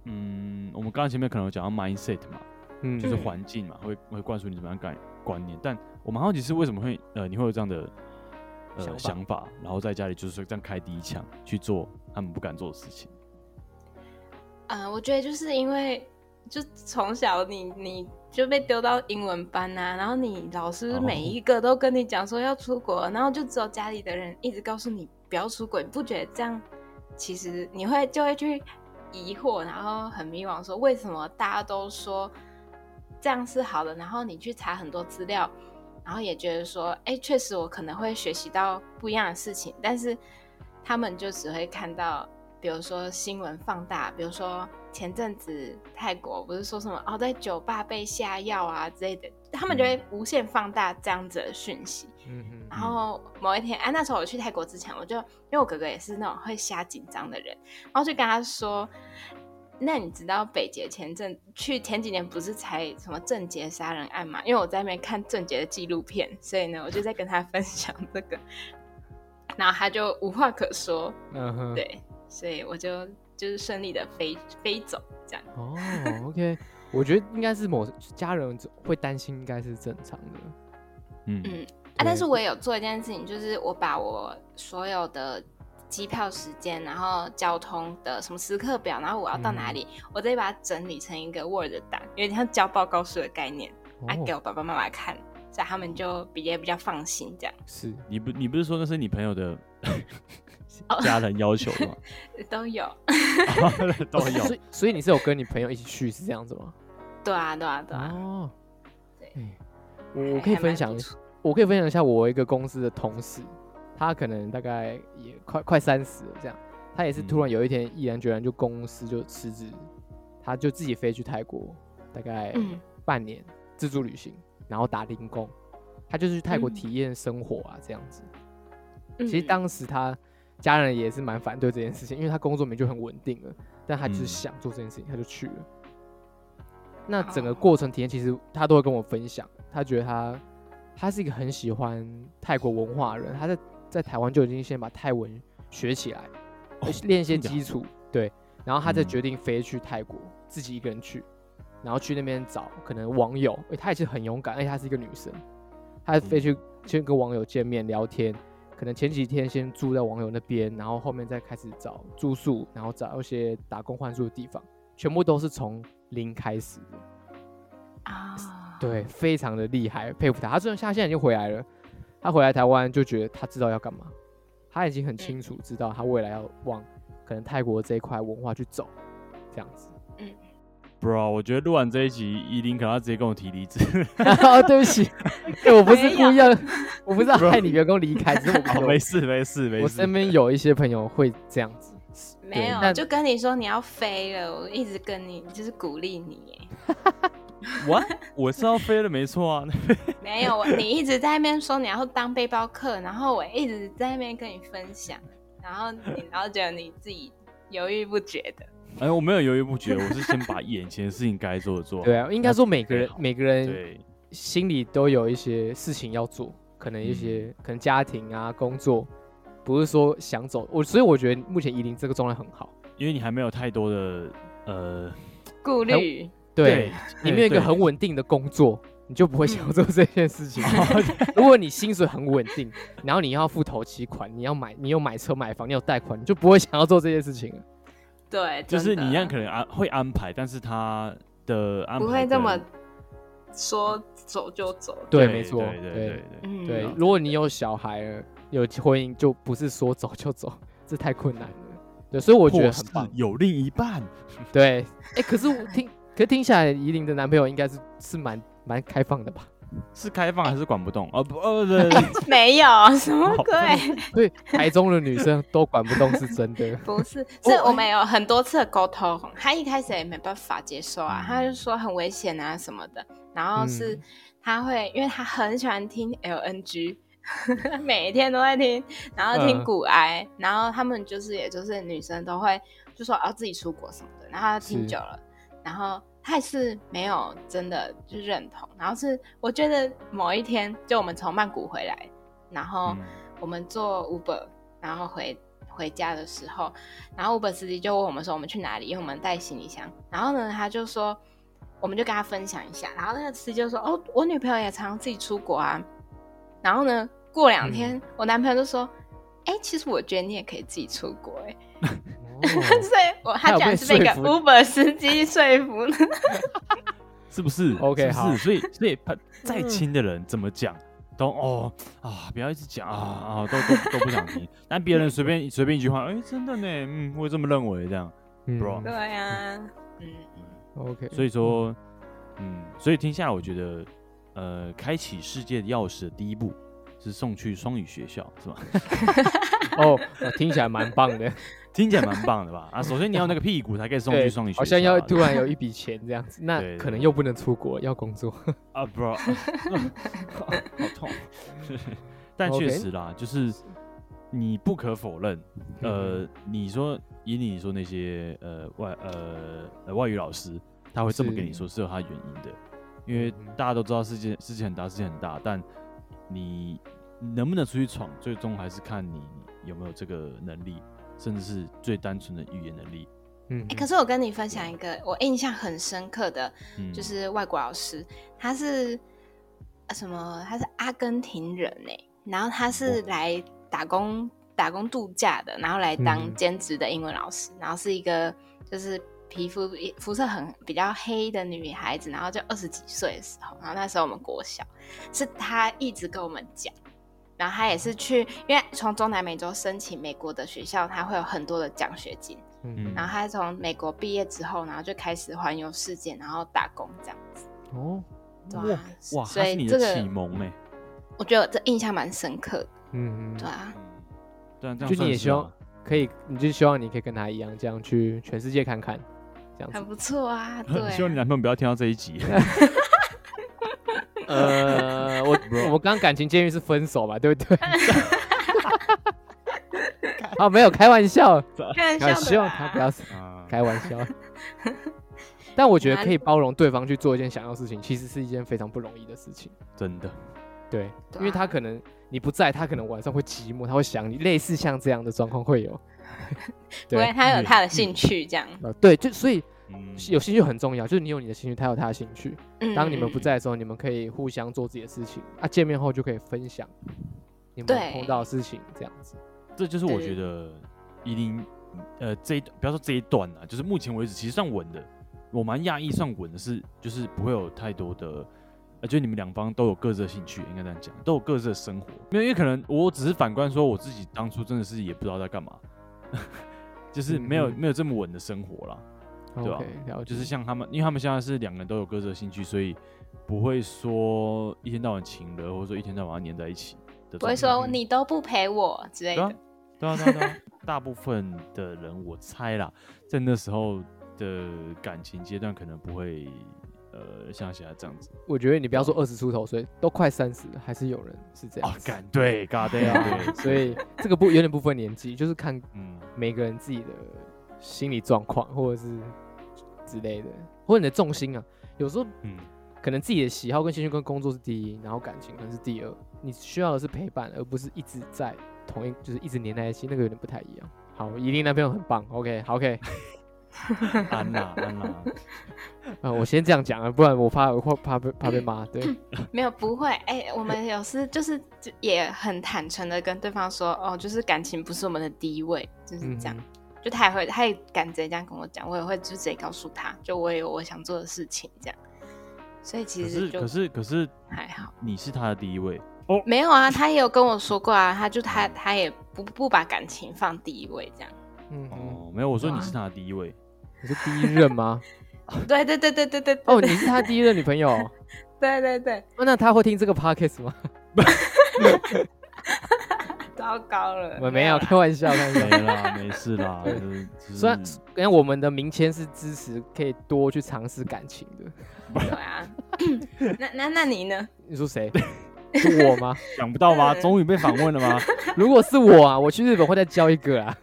Speaker 1: 嗯，我们刚刚前面可能有讲到 mindset 嘛，
Speaker 2: 嗯，
Speaker 1: 就是
Speaker 3: 嗯
Speaker 1: 环境嘛，会会灌输你怎么样概观念。但我蛮好奇是为什么会呃你会有这样的呃
Speaker 2: 想法
Speaker 1: 想法，然后在家里就是这样开第一枪去做他们不敢做的事情。
Speaker 3: 呃，我觉得就是因为就从小你你就被丢到英文班啊，然后你老师
Speaker 1: 哦
Speaker 3: 每一个都跟你讲说要出国，然后就只有家里的人一直告诉你不要出国，你不觉得这样其实你会就会去疑惑，然后很迷惘，说为什么大家都说这样是好的，然后你去查很多资料，然后也觉得说，哎，确实我可能会学习到不一样的事情，但是他们就只会看到，比如说新闻放大，比如说前阵子泰国不是说什么哦，在酒吧被下药啊之类的，他们就会无限放大这样子的讯息。
Speaker 2: 嗯嗯
Speaker 3: 然后某一天，哎、啊，那时候我去泰国之前，我就因为我哥哥也是那种会瞎紧张的人，然后就跟他说：“那你知道北捷前阵去前几年不是才什么郑捷杀人案嘛？因为我在那边看郑捷的纪录片，所以呢，我就在跟他 分享这个，然后他就无话可说，
Speaker 2: 嗯哼，
Speaker 3: 对，所以我就就是顺利的飞飞走这样。
Speaker 2: 哦，OK，我觉得应该是某家人会担心，应该是正常的。
Speaker 1: 嗯
Speaker 3: 嗯啊，
Speaker 2: 对
Speaker 3: 但是我也有做一件事情，就是我把我所有的机票时间，然后交通的什么时刻表，然后我要到
Speaker 2: 嗯
Speaker 3: 哪里，我直接把它整理成一个 Word 档，有点像交报告书的概念，啊，给
Speaker 2: 哦，
Speaker 3: 我爸爸妈妈看，所以他们就比也比较放心这样。
Speaker 2: 是
Speaker 1: 你不你不是说那是你朋友的
Speaker 3: 哦
Speaker 1: 家人要求 吗？
Speaker 3: 都有，
Speaker 1: 都有
Speaker 2: 所以所以你是有跟你朋友一起去是这样子吗？
Speaker 3: 对啊，对啊，对啊，
Speaker 2: 哦，
Speaker 3: 对
Speaker 2: 哎
Speaker 3: 还
Speaker 2: 我我可以
Speaker 3: 还蛮
Speaker 2: 分享
Speaker 3: 不
Speaker 2: 一
Speaker 3: 错
Speaker 2: 我可以分享一下我一个公司的同事，他可能大概也快快三十了这样，他也是突然有一天毅然决然就公司就辞职，他就自己飞去泰国，大概
Speaker 3: 嗯
Speaker 2: 半年自助旅行，然后打零工，他就是去泰国
Speaker 3: 嗯
Speaker 2: 体验生活啊，这样子。
Speaker 3: 嗯
Speaker 2: 其实当时他家人也是蛮反对这件事情，因为他工作没就很稳定了，但他就是
Speaker 1: 嗯
Speaker 2: 想做这件事情，他就去了。那整个
Speaker 3: 哦
Speaker 2: 过程体验，其实他都会跟我分享，他觉得他他是一个很喜欢泰国文化的人，他在在台湾就已经先把泰文学起来，
Speaker 1: 哦
Speaker 2: 练一些
Speaker 1: 真假
Speaker 2: 基础，对，然后他再
Speaker 1: 嗯
Speaker 2: 决定飞去泰国，自己一个人去，然后去那边找可能网友，诶，她也是很勇敢，而且她是一个女生，她飞去先跟网友见面聊天，可能前几天先住在网友那边，然后后面再开始找住宿，然后找一些打工换宿的地方，全部都是从零开始的，
Speaker 3: 啊，
Speaker 2: 对，非常的厉害，佩服他。他虽然他现在已经回来了，他回来台湾就觉得他知道要干嘛，他已经很清楚知道他未来要往可能泰国这一块文化去走，这样子。
Speaker 1: Bro，我觉得录完这一集，依林可能要直接跟我提离职。
Speaker 2: 啊，对不 起，哎，我不是
Speaker 3: 没
Speaker 2: 故
Speaker 3: 有
Speaker 2: 意要，我不是要害你员工离开，只是我
Speaker 1: 好，
Speaker 2: 朋
Speaker 1: 没
Speaker 2: 友，
Speaker 1: 事没事没
Speaker 2: 我
Speaker 1: 事
Speaker 2: 身。边有一些朋友会这样子。
Speaker 3: 没
Speaker 2: 那
Speaker 3: 有，就跟你说你要飞了，我一直跟你就是鼓励你耶。
Speaker 1: 我我是要飞了，没错啊。
Speaker 3: 没有，我你一直在那边说你要当背包客，然后我一直在那边跟你分享，然后你然后觉得你自己犹豫不决的。
Speaker 1: 哎，我没有犹豫不决，我是先把眼前的事情该做的做好。
Speaker 2: 对啊，应该说每个人
Speaker 1: 好
Speaker 2: 每个人
Speaker 1: 对，
Speaker 2: 心里都有一些事情要做，可能一些、
Speaker 1: 嗯
Speaker 2: 可能家庭啊、工作，不是说想走我，所以我觉得目前依林这个状态很好。
Speaker 1: 因为你还没有太多的呃，
Speaker 3: 顾
Speaker 1: 哎
Speaker 3: 虑，
Speaker 2: 对，你没有一个
Speaker 1: 对
Speaker 2: 很稳定的工作，你就不会想要做这件事情。 如果你薪水很稳定，然后你要付头期款，你要买，你有买车买房，你有贷款，你就不会想要做这件事情了。
Speaker 3: 对，
Speaker 1: 就是
Speaker 3: 真的
Speaker 1: 你一样可能安会安排，但是他的安排
Speaker 3: 不会这么
Speaker 1: 跟
Speaker 3: 说走就走。
Speaker 2: 对，
Speaker 1: 对，
Speaker 2: 没错，
Speaker 1: 对对对对。
Speaker 3: 嗯，
Speaker 2: 对
Speaker 1: 嗯。
Speaker 2: 如果你有小孩了，有婚姻，就不是说走就走，这太困难了。对，所以我觉得很棒
Speaker 1: 或。是有另一半，
Speaker 2: 对，哎、可是我听，可是听起来怡琳的男朋友应该是是蛮蛮开放的吧？
Speaker 1: 是开放还是管不动？哦不，哦对对 对
Speaker 3: 没有什么鬼，
Speaker 1: 哦
Speaker 2: 对，台中的女生都管不动是真的。
Speaker 3: 不是，是我们有很多次的沟通，他一开始也没办法接受啊
Speaker 1: 嗯，
Speaker 3: 他就说很危险啊什么的，然后是
Speaker 2: 嗯
Speaker 3: 他会，因为他很喜欢听 LNG。每天都在听，然后听
Speaker 2: 嗯
Speaker 3: 古埃，然后他们就是，也就是女生都会就说要自己出国什么的，然后他听
Speaker 2: 是
Speaker 3: 久了，然后他也是没有真的就认同，然后是我觉得某一天，就我们从曼谷回来，然后、
Speaker 1: 嗯
Speaker 3: 我们坐 Uber，然后回回家的时候，然后 Uber 司机就问我们说我们去哪里，因为我们带行李箱。然后呢，他就说，我们就跟他分享一下。然后那个司机就说，哦，我女朋友也常常自己出国啊。然后呢，过两
Speaker 2: 嗯
Speaker 3: 天、我男朋友就说，哎、其实我觉得你也可以自己出国、哎，
Speaker 2: 哦
Speaker 3: 所以我
Speaker 2: 他
Speaker 3: 他
Speaker 2: 有
Speaker 3: 竟然
Speaker 2: 被
Speaker 3: 是被一个
Speaker 2: 说服
Speaker 3: Uber 司 机说服的。
Speaker 1: 是不是
Speaker 2: OK，
Speaker 1: 是不是
Speaker 2: 好
Speaker 1: 所以所以他再亲的人怎么讲都哦啊，不要一直讲啊啊，都都都不想听。但别人随便随便一句话，哎，真的呢，嗯，我也这么认为这样。Bro
Speaker 3: 对
Speaker 2: 嗯
Speaker 3: 啊，嗯，
Speaker 2: ，OK，
Speaker 1: 所以说，嗯，所以听下来，我觉得，呃，开启世界的钥匙的第一步是送去双语学校，是吧？
Speaker 2: 哦，哦听起来蛮棒 的，
Speaker 1: 听起来蛮棒的吧？啊，首先你要有那个屁股才可以送去双语学校啊，
Speaker 2: 好像要突
Speaker 1: 对
Speaker 2: 然有一笔钱这样子，
Speaker 1: 对
Speaker 2: 那
Speaker 1: 对
Speaker 2: 可能
Speaker 1: 对
Speaker 2: 又不能出国，要工作。
Speaker 1: 啊，bro，啊 啊好痛。 但确
Speaker 2: OK
Speaker 1: 实啦，就是你不可否认，
Speaker 2: 嗯
Speaker 1: 呃，你说以你说那些呃外呃呃外语老师，他会这么
Speaker 2: 是
Speaker 1: 跟你说是有他原因的，因为
Speaker 2: 嗯哼
Speaker 1: 大家都知道世界世界很大，世界很大，但你能不能出去闯，最终还是看你有没有这个能力，甚至是最单纯的语言能力。
Speaker 2: 嗯
Speaker 3: 哎、可是我跟你分享一个我印象很深刻的，
Speaker 1: 嗯，
Speaker 3: 就是外国老师，他是呃什么？他是阿根廷人哎、然后他是来打工打工度假的，然后来当
Speaker 2: 嗯
Speaker 3: 兼职的英文老师，然后是一个就是皮肤肤色很比较黑的女孩子，然后就二十几岁的时候，然后那时候我们国小，是她一直跟我们讲。然后她也是去，因为从中南美洲申请美国的学校，她会有很多的奖学金。
Speaker 1: 嗯
Speaker 3: 然后他从美国毕业之后，然后就开始环游世界，然后打工这样子。
Speaker 2: 哦，
Speaker 3: 对啊，
Speaker 1: 哇，
Speaker 3: 所
Speaker 1: 他是
Speaker 3: 以
Speaker 1: 你
Speaker 3: 这
Speaker 1: 的启
Speaker 3: 个
Speaker 1: 蒙欸呢、
Speaker 3: 我觉得我这印象蛮深刻的。
Speaker 2: 嗯
Speaker 3: 对，啊，
Speaker 1: 嗯，对啊，这样
Speaker 2: 就你
Speaker 1: 算
Speaker 2: 也
Speaker 1: 是
Speaker 2: 希
Speaker 1: 啊
Speaker 2: 望可以，你就希望你可以跟他一样，这样去全世界看看，这样
Speaker 3: 很
Speaker 2: 子。
Speaker 3: 不错啊，对 啊
Speaker 1: 希望你男朋友不要听到这一集。
Speaker 2: 呃，我我们刚刚感情监狱是分手嘛，对不 对？啊，没有开玩笑，
Speaker 3: 开
Speaker 2: 啊
Speaker 3: 玩笑
Speaker 2: 希
Speaker 3: 的
Speaker 2: 望他不要
Speaker 3: 啦。
Speaker 2: 死，
Speaker 1: 啊，
Speaker 2: 开玩 笑。但我觉得可以包容对方去做一件想要的事情，其实是一件非常不容易的事情。
Speaker 1: 真的，
Speaker 2: 对，
Speaker 3: 对
Speaker 2: 因为
Speaker 3: 啊
Speaker 2: 他可能你不在，他可能晚上会寂寞，他会想你，类似像这样的状况会 有。
Speaker 3: 不
Speaker 2: 对嗯
Speaker 3: 会，，他有他的兴趣这样。
Speaker 2: 呃，对，就所以
Speaker 1: 嗯，
Speaker 2: 有兴趣很重要，就是你有你的兴趣，他有他的兴趣。
Speaker 3: 嗯
Speaker 2: 当你们不，在的时候，你们可以互相做自己的事情啊，见面后就可以分享你们
Speaker 3: 对
Speaker 2: 碰到的事情，这样子。
Speaker 1: 这就是我觉
Speaker 3: 对
Speaker 1: 得一零，呃，这一不要说这一段啊，就是目前为止其实算稳的，我蛮讶异算稳的是，就是不会有太多的，呃，就是你们两方都有各自的兴趣，应该这样讲，都有各自的生活，没有，因为可能我只是反观说我自己当初真的是也不知道在干嘛， 就是没有、
Speaker 2: 嗯嗯
Speaker 1: 没有这么稳的生活啦，对啊
Speaker 2: OK，了解。
Speaker 1: 就是像他们，因为他们现在是两个人都有各自的兴趣，所以不会说一天到晚情了，或者说一天到晚要黏在一起的状态，
Speaker 3: 不会说你都不陪我之类
Speaker 1: 对啊
Speaker 3: 的。，
Speaker 1: 对啊，对啊，对啊大部分的人我猜啦，在那时候的感情阶段，可能不会呃像现在这样子。
Speaker 2: 我觉得你不要说二十出头，所以都快三十了，还是有人是这样
Speaker 1: 哦，
Speaker 2: 子。
Speaker 1: 敢对，嘎对啊， 对，
Speaker 2: 所以这个不有点不分年纪，就是看
Speaker 1: 嗯，
Speaker 2: 每个人自己的心理状况，或者是之类的，或者你的重心啊，有时候
Speaker 1: 嗯，
Speaker 2: 可能自己的喜好跟兴趣跟工作是第一，然后感情可能是第二。你需要的是陪伴，而不是一直在同一，就是一直黏在一起，那个有点不太一样。好，怡琳那边很棒，OK，好 OK，
Speaker 1: 安啦，安啦，
Speaker 2: 啊、我先这样讲啊，不然我怕我怕怕被怕被骂。对，
Speaker 3: 没有，不会。哎、我们有时就是就也很坦诚的跟对方说，哦，就是感情不是我们的第一位， 就是这样。
Speaker 2: 嗯
Speaker 3: 就他也会，他也敢直接这样跟我讲，我也会就直接告诉他，就我也有我想做的事情这样。所以 其
Speaker 1: 可
Speaker 3: 实
Speaker 1: 是
Speaker 3: 就
Speaker 1: 可是可是
Speaker 3: 还好，
Speaker 1: 你是他的第一位，
Speaker 3: 没有啊，他也有跟我说过啊，他就他他也不不把感情放第一位这样。
Speaker 2: 嗯哼，
Speaker 1: 哦，没有，我说你是他的第一 位，
Speaker 2: 你是第一任吗？
Speaker 3: 对对对对对对对
Speaker 2: 哦，你是他第一任女朋友，
Speaker 3: 对对对，
Speaker 2: 哦那他会听这个 podcast 吗？
Speaker 3: 糟糕了，
Speaker 2: 我没有，
Speaker 3: 啦
Speaker 2: 开玩笑，开玩笑
Speaker 1: 没。啦，没事啦，
Speaker 2: 对
Speaker 1: 就是嗯就是
Speaker 2: 虽然，因为我们的名签是支持可以多去尝试感情的。
Speaker 3: 对啊。 那那那你呢？
Speaker 2: 你说谁？是我吗？
Speaker 1: 想不到吧？
Speaker 3: 嗯
Speaker 1: 终于被访问了 吗？
Speaker 2: 如果是我啊，我去日本会再交一个啊，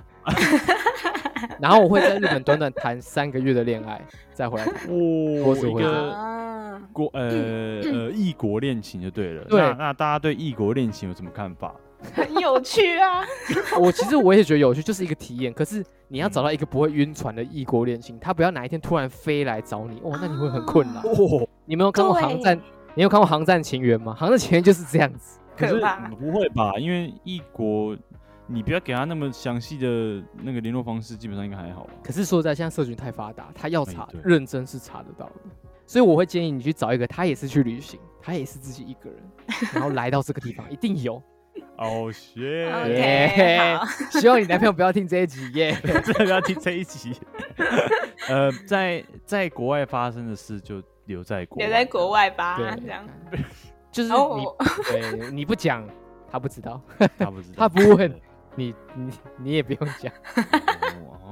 Speaker 2: 然后我会在日本短短谈三个月的恋爱，再回来谈。
Speaker 1: 哦，
Speaker 2: 是
Speaker 1: 一
Speaker 2: 我
Speaker 1: 个
Speaker 3: 啊，嗯
Speaker 1: 国呃呃异国恋情就对了。
Speaker 2: 对
Speaker 1: 那那大家对异国恋情有什么看法？
Speaker 3: 很有 趣啊。
Speaker 2: 我其实我也觉得有趣，就是一个体验。可是你要找到一个不会晕船的异国恋情，他不要哪一天突然飞来找你，哦，那你会很困扰。
Speaker 1: 哦，
Speaker 2: 你们有看过《
Speaker 3: 对
Speaker 2: 航站》？你有看过《航站情缘》吗？《航站情缘》就是这样子。
Speaker 1: 可
Speaker 3: 可
Speaker 1: 是嗯
Speaker 3: 怕
Speaker 1: 不会吧？因为异国，你不要给他那么详细的那个联络方式，基本上应该还好吧？
Speaker 2: 可是说实在，现在社群太发达，他要查
Speaker 1: 哎，对
Speaker 2: 认真是查得到的。所以我会建议你去找一个，他也是去旅行，他也是自己一 个人，然后来到这个地方，一定有。
Speaker 1: 哦，学
Speaker 3: OK
Speaker 2: 耶
Speaker 3: 好！
Speaker 2: 希望你男朋友不要听这一集 耶。
Speaker 1: 真 的不要听这一集。 呃，在在国外发生的事就留在国外，
Speaker 3: 留在国外吧，
Speaker 2: 对
Speaker 3: 这样。，
Speaker 2: 就是
Speaker 3: 然后
Speaker 2: 你
Speaker 3: 我
Speaker 2: 对你不讲，他不知道；
Speaker 1: 他不知道，
Speaker 2: 他不 问你你你也不用 讲。
Speaker 1: 哦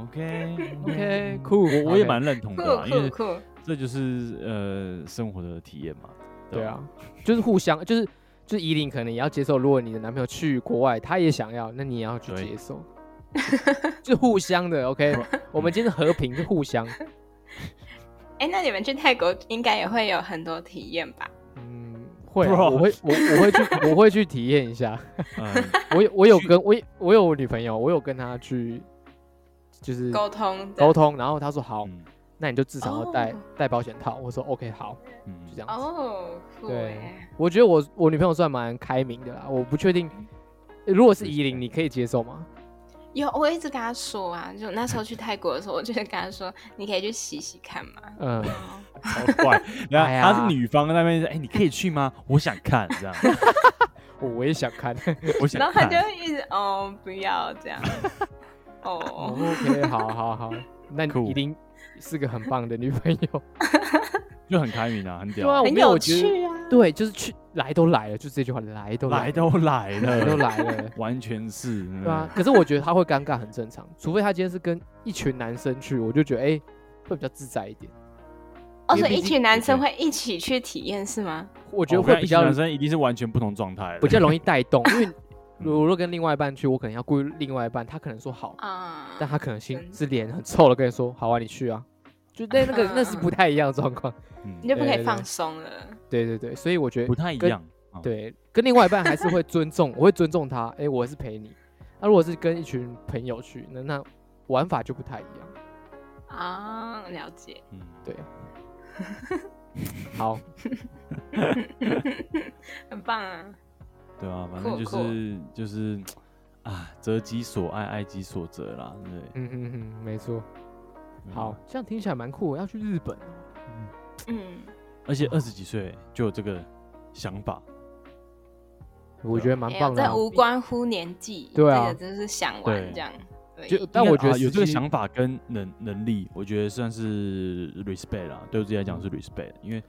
Speaker 1: OK
Speaker 3: 嗯
Speaker 1: 哦
Speaker 2: OK，酷
Speaker 1: 我我也
Speaker 2: OK
Speaker 1: 蛮认同
Speaker 3: 酷
Speaker 1: 的
Speaker 2: 啊
Speaker 1: 啦，因
Speaker 3: 酷
Speaker 1: 为
Speaker 3: 酷，
Speaker 1: 这就是呃生活的体验嘛。
Speaker 2: 对
Speaker 1: 吧
Speaker 2: 啊，，就是互相，就是就是依琳可能也要接受，如果你的男朋友去国外，他也想要，那你也要去
Speaker 1: 对
Speaker 2: 接 受，就互相的。OK，我们今天和平，就互相。
Speaker 3: 哎，那你们去泰国应该也会有很多体验吧？
Speaker 2: 嗯，会啊、
Speaker 1: Bro
Speaker 2: 我会我我会去我会去体验一下。
Speaker 1: 嗯，
Speaker 2: 我有我有跟我有我有我女朋友，我有跟她去就是
Speaker 3: 沟通的
Speaker 2: 沟通，然后她说好，
Speaker 1: 嗯
Speaker 2: 那你就至少要带
Speaker 3: 哦
Speaker 2: 带保险套。我说 OK，好，
Speaker 1: 嗯
Speaker 2: 就这样子。
Speaker 3: 哦，酷
Speaker 2: 对
Speaker 3: 哎，
Speaker 2: 我觉得我我女朋友算蛮开明的啦，我不确定。如果是依琳，你可以接受吗？
Speaker 3: 有我一直跟他说啊，就那时候去泰国的时候，我就跟他说，你可以去洗洗看嘛。
Speaker 2: 嗯，
Speaker 1: 超怪。然
Speaker 2: 哎
Speaker 1: 后
Speaker 2: 呀
Speaker 1: 他是女方那边，哎，你可以去吗？ 我想看，这 样，
Speaker 2: 我 我也想 看。
Speaker 1: 我想
Speaker 3: 然后他
Speaker 1: 看。
Speaker 3: 就一直哦，不要这样。哦，
Speaker 2: OK，好好好， 那
Speaker 1: 酷
Speaker 2: 依琳是个很棒的女朋友。
Speaker 1: 就很开明啊，很
Speaker 2: 对啊
Speaker 1: 屌，
Speaker 2: 我
Speaker 3: 很
Speaker 2: 没有
Speaker 3: 有
Speaker 2: 觉得
Speaker 3: 趣啊。
Speaker 2: 对，就是去来都来了，就这句话，来都
Speaker 1: 来
Speaker 2: 来
Speaker 1: 都来
Speaker 2: 来
Speaker 1: 了，
Speaker 2: 都来了。
Speaker 1: 完全是，嗯
Speaker 2: 对啊，可是我觉得他会尴尬很正常，除非他今天是跟一群男生去，我就觉得哎、会比较自在一点，
Speaker 3: 哦，
Speaker 2: 因
Speaker 3: 所
Speaker 2: 为
Speaker 3: 以一
Speaker 2: 毕
Speaker 3: 群男生
Speaker 1: 对
Speaker 3: 会一起去体验是吗？
Speaker 2: 我觉得
Speaker 1: 哦跟
Speaker 2: 会
Speaker 1: 一
Speaker 2: 比
Speaker 1: 群
Speaker 2: 较
Speaker 1: 男生一定是完全不同状态的，
Speaker 2: 比较容易带 动，因为
Speaker 1: 嗯
Speaker 2: 如果跟另外一半去，我可能要顾虑另外一半，他可能说好，
Speaker 3: 啊，
Speaker 2: 但他可能心
Speaker 3: 真
Speaker 2: 是脸很臭的跟你说好啊，你去啊，就那那个那是不太一样的状况，
Speaker 1: 嗯
Speaker 3: 你就不可
Speaker 2: 对对
Speaker 3: 以放松了。
Speaker 2: 对对对，所以我觉
Speaker 1: 不
Speaker 2: 得
Speaker 1: 太一
Speaker 2: 跟
Speaker 1: 样。啊，
Speaker 2: 对跟另外一半还是会尊重，我会尊重他，哎，我是陪你，那如果是跟一群朋友去，那那玩法就不太一样。
Speaker 3: 啊，了解。
Speaker 1: 嗯，
Speaker 2: 对，好，
Speaker 3: 很棒啊！
Speaker 1: 对啊，反
Speaker 3: 酷
Speaker 1: 正就是就是啊，择己所爱，爱己所择啦，对。
Speaker 2: 嗯嗯嗯，没错，
Speaker 1: 嗯
Speaker 2: 好，，这样听起来蛮酷，要去日本哦，
Speaker 3: 嗯，
Speaker 1: 而且二十几岁就有这个想法，
Speaker 2: 我觉得蛮
Speaker 3: 没有
Speaker 2: 棒的啊
Speaker 3: 哎这。无关乎年纪，
Speaker 2: 对啊
Speaker 3: 这个就是想玩
Speaker 1: 对
Speaker 3: 这样。对
Speaker 2: 就但
Speaker 1: 应该
Speaker 2: 我觉得
Speaker 1: 啊有这
Speaker 2: 实
Speaker 1: 个
Speaker 2: 际
Speaker 1: 想法跟能能力，我觉得算是 respect 啦，对我自己来讲
Speaker 2: 嗯
Speaker 1: 是 respect，因为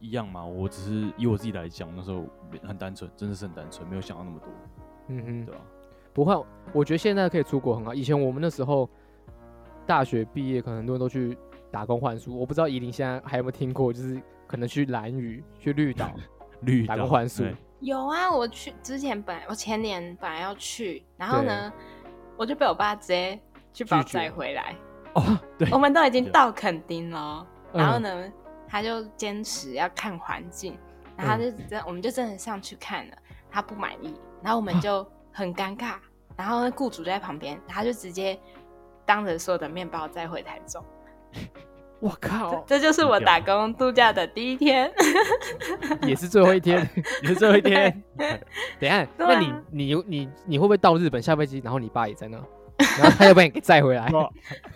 Speaker 1: 一样嘛，我只是以我自己来讲，那时候很单纯，真的是很单纯，没有想到那么多，
Speaker 2: 嗯哼
Speaker 1: 对。吧？
Speaker 2: 不会，我觉得现在可以出国很好。以前我们那时候大学毕业，可能很多人都去打工换宿。我不知道怡林现在还有没有听过，就是可能去蓝屿、去 绿岛
Speaker 1: 绿
Speaker 2: 打
Speaker 1: 岛
Speaker 2: 工换宿。嗯
Speaker 1: 对
Speaker 3: 有啊，我去之前本来我前年本来要去，然后呢，我就被我爸直接去把我
Speaker 2: 拒绝
Speaker 3: 载回来。
Speaker 1: 哦， 对
Speaker 3: 我，们都已经
Speaker 1: 对
Speaker 3: 到垦丁了，哦
Speaker 2: 嗯
Speaker 3: 然后呢，他就坚持要看环境，然后
Speaker 2: 嗯
Speaker 3: 他就真，我们就真的上去看了，他不满意，然后我 们就很尴尬，然后呢，雇主就在旁边，然后他就直接当着所有的面把我载回台中，
Speaker 2: 我靠，
Speaker 3: 这就是我打工度假的第 一天。
Speaker 2: 也是最后一 天。
Speaker 1: 也是最后一天，
Speaker 2: 等一下，
Speaker 3: 对
Speaker 2: 那
Speaker 3: 啊
Speaker 2: 你你有你你会不会到日本下飞机，然后你爸也在那， 然后他要把你给载回来？
Speaker 1: 哇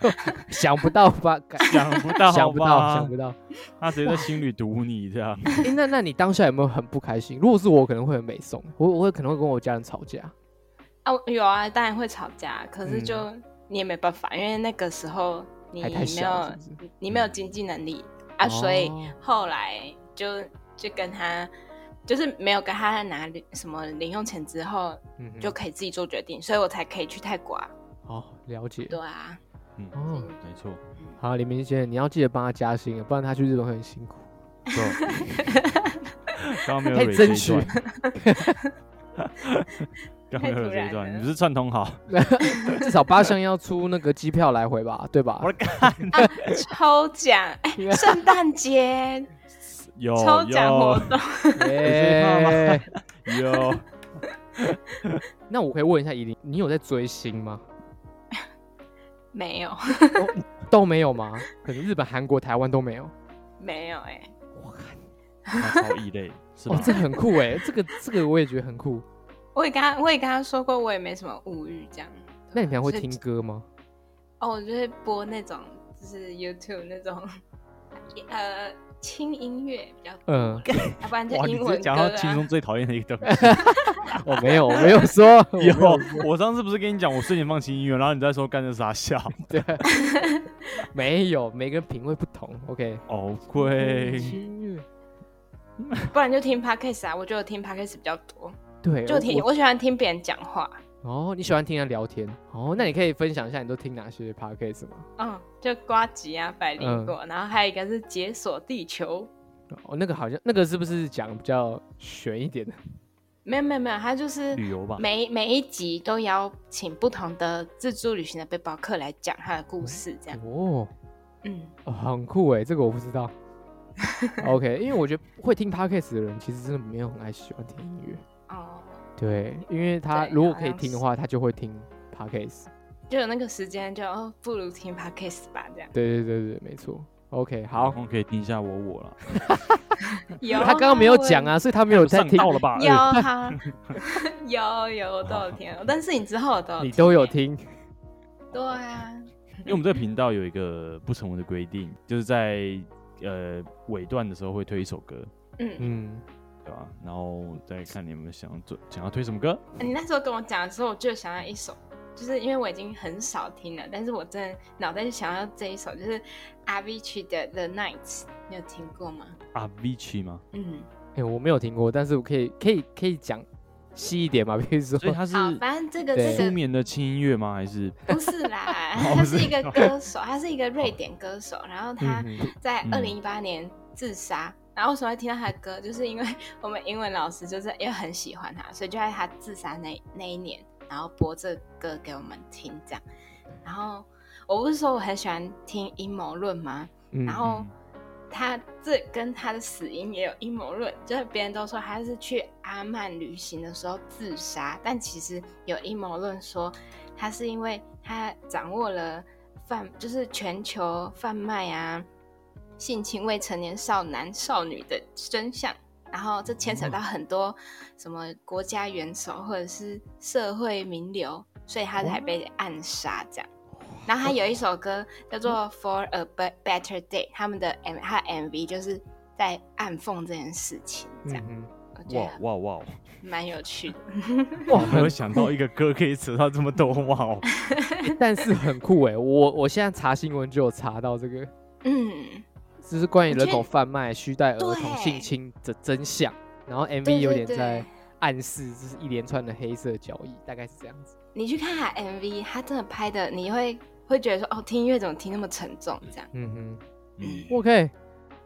Speaker 2: 想不到 吧？感
Speaker 1: 想不到，
Speaker 2: 想不到，想不
Speaker 1: 到，
Speaker 2: 到。
Speaker 1: 他直接在心里堵你 这样，
Speaker 2: 诶那那你当下有没有很不开心？如果是我，可能会很美送，我我会可能会跟我家人吵架。
Speaker 3: 啊，有啊，当然会吵架，可是就、你也没办法，因为那个时候你
Speaker 2: 嗯还
Speaker 3: 没
Speaker 2: 太
Speaker 3: 有
Speaker 2: 小是嗯不
Speaker 3: 你没有经济能力啊，所以
Speaker 2: 哦
Speaker 3: 后来就就跟他就是没有跟他拿零什么零用钱之后，
Speaker 2: 嗯哼
Speaker 3: 就可以自己做决定，所以我才可以去泰国啊。
Speaker 2: 哦，了解。
Speaker 3: 对啊，
Speaker 1: 嗯，
Speaker 2: 哦，
Speaker 1: 没 错，
Speaker 2: 好，李明先生，你要记得帮他加薪啊，不然他去日本会很辛苦。
Speaker 1: 对，刚刚没有
Speaker 2: 可以
Speaker 1: 蕊这
Speaker 2: 争
Speaker 1: 一
Speaker 2: 取
Speaker 1: 段， 刚刚没有
Speaker 3: 太突
Speaker 1: 蕊这一
Speaker 3: 然
Speaker 1: 段，
Speaker 3: 了
Speaker 1: 你不是串通 好，
Speaker 2: 至少八项要出那个机票来回吧，对吧？
Speaker 1: 我
Speaker 3: 抽奖， 哎、圣诞节
Speaker 2: 哦
Speaker 1: 有
Speaker 3: 抽奖活
Speaker 1: 有
Speaker 3: 动，
Speaker 2: 哎
Speaker 1: 有
Speaker 2: 耶
Speaker 1: 有，
Speaker 2: 那我可以问一下依琳，你有在追星吗？哦
Speaker 3: 没有
Speaker 2: 都没有吗？可能日本、韩国、台湾都没有。
Speaker 3: 没有哎、
Speaker 1: 他超异类是吧
Speaker 2: 哦，？这个很酷哎，这个这个我也觉得很酷。
Speaker 3: 我也跟他我也跟他说过，我也没什么物欲这样。
Speaker 2: 那你平常会
Speaker 3: 所以
Speaker 2: 听歌吗？
Speaker 3: 哦，我就会播那种就是 YouTube 那种呃轻音乐比较多，
Speaker 2: 嗯，
Speaker 3: 要不然就
Speaker 1: 哇，你
Speaker 3: 英
Speaker 1: 直
Speaker 3: 文
Speaker 1: 接讲
Speaker 3: 歌
Speaker 1: 到轻松
Speaker 3: 啊。
Speaker 1: 最讨厌的一个东西。
Speaker 2: 我哦没有，我没有说。我没
Speaker 1: 有
Speaker 2: 有，
Speaker 1: 我上次不是跟你讲，我睡前放轻音乐，然后你在说干着傻 笑。
Speaker 2: 没有，每个人品味不同。OK。
Speaker 1: 哦，贵，
Speaker 2: 音乐。
Speaker 3: 不然就听 Podcast 啊，我觉得我听 Podcast 比较多，
Speaker 2: 对，哦
Speaker 3: 就听
Speaker 2: 我
Speaker 3: 我喜欢听别人讲话，
Speaker 2: 哦，你喜欢听人聊天哦？那你可以分享一下你都听哪些 podcast 吗？
Speaker 3: 嗯，就瓜吉啊、百
Speaker 1: 嗯
Speaker 3: 灵果，然后还有一个是解锁地球，
Speaker 2: 哦，那个好像那个是不是讲比较悬一点的？
Speaker 3: 没有没有没有，他就是
Speaker 1: 旅游吧
Speaker 3: 每每一集都邀请不同的自助旅行的背包客来讲他的
Speaker 1: 嗯
Speaker 3: 故事，这样，
Speaker 2: 哦，
Speaker 3: 嗯，
Speaker 2: 哦很酷哎，这个我不知道。OK，因为我觉得会听 podcast 的人其实真的没有很爱喜欢听音乐。
Speaker 3: 哦，
Speaker 2: 对，因为他
Speaker 3: 对
Speaker 2: 如果
Speaker 3: 好
Speaker 2: 可以
Speaker 3: 像
Speaker 2: 听的
Speaker 3: 是
Speaker 2: 话，他就会听 podcast。
Speaker 3: 就有那个时间就哦，不如听 Podcast 吧，这样。
Speaker 2: 对对对对，没错。OK，好，
Speaker 1: 我可以听一下我我 了。
Speaker 3: 有
Speaker 2: 他刚刚没有讲，啊，所以他没有在
Speaker 1: 上
Speaker 2: 听
Speaker 1: 道了吧
Speaker 3: 我？有
Speaker 2: 哎
Speaker 3: 哈， 有有我都有听，但是你之后我都有
Speaker 2: 你都有
Speaker 3: 听，
Speaker 2: 听
Speaker 3: 对啊，
Speaker 1: 因为我们这个频道有一个不成文的规定，就是在呃尾段的时候会推一首歌，
Speaker 3: 嗯，
Speaker 2: 嗯，
Speaker 1: 对吧？然后再看你们想要做想要推什么歌。
Speaker 3: 你那时候跟我讲的时候，我就想要一首，就是因为我已经很少听了，但是我真的脑袋就想要这一首，就是 Avicii 的《The Nights》，你有听过吗？
Speaker 1: 啊 v i c i 吗？
Speaker 3: 嗯，
Speaker 2: 哎，我没有听过，但是我可以可以可以讲细一点嘛，比如 说
Speaker 1: 所以它是
Speaker 3: 好，反正这个
Speaker 2: 对
Speaker 3: 这
Speaker 1: 舒
Speaker 3: 个
Speaker 1: 眠的轻音乐吗？还是
Speaker 3: 不是 啦
Speaker 1: 哦，
Speaker 3: 他
Speaker 1: 不
Speaker 3: 是
Speaker 1: 是
Speaker 3: 一个歌手，他是一个瑞典歌手，然后他
Speaker 2: 嗯哼
Speaker 3: 在
Speaker 1: 嗯
Speaker 3: 二零一八年自杀。然后为什么会听到他的歌，就是因为我们英文老师就是也很喜欢他，所以就在他自杀那那一年，然后播这歌给我们听这样。然后我不是说我很喜欢听阴谋论吗？
Speaker 2: 嗯
Speaker 3: 然后
Speaker 1: 嗯
Speaker 3: 他这跟他的死因也有阴谋论，就是别人都说他是去阿曼旅行的时候自杀，但其实有阴谋论说他是因为他掌握了贩，就是全球贩卖啊性侵未成年少男少女的真相，然后这牵扯
Speaker 1: 嗯
Speaker 3: 到很多什么国家元首或者是社会名流，所以他
Speaker 1: 哦
Speaker 3: 才被暗杀这样。然后他有一首歌叫做
Speaker 1: 嗯
Speaker 3: 《For a Be- Better Day》，他们的 M 他的 MV 就是在暗讽这件事情，这样、
Speaker 2: 嗯
Speaker 3: 我觉
Speaker 1: 哇
Speaker 3: 得
Speaker 1: 哇哇！
Speaker 3: 蛮有趣的。
Speaker 1: 哇，没有想到一个歌可以扯到这么多哇哦！
Speaker 2: 哼，但是很酷哎、我我现在查新闻就有查到这个，
Speaker 3: 嗯，
Speaker 2: 就是关于
Speaker 3: 我
Speaker 2: 人
Speaker 3: 觉
Speaker 2: 口
Speaker 3: 得
Speaker 2: 贩卖、虚带儿童
Speaker 3: 对
Speaker 2: 性侵的真相，然后 MV
Speaker 3: 对
Speaker 2: 有
Speaker 3: 对
Speaker 2: 点
Speaker 3: 对
Speaker 2: 在暗示，这是一连串的黑色交易，大概是这样子。
Speaker 3: 你去看他 MV，他真的拍的，你会会觉得说，哦，听音乐怎么听那么沉重？这样，
Speaker 2: 嗯
Speaker 1: 嗯，
Speaker 2: 哼，OK，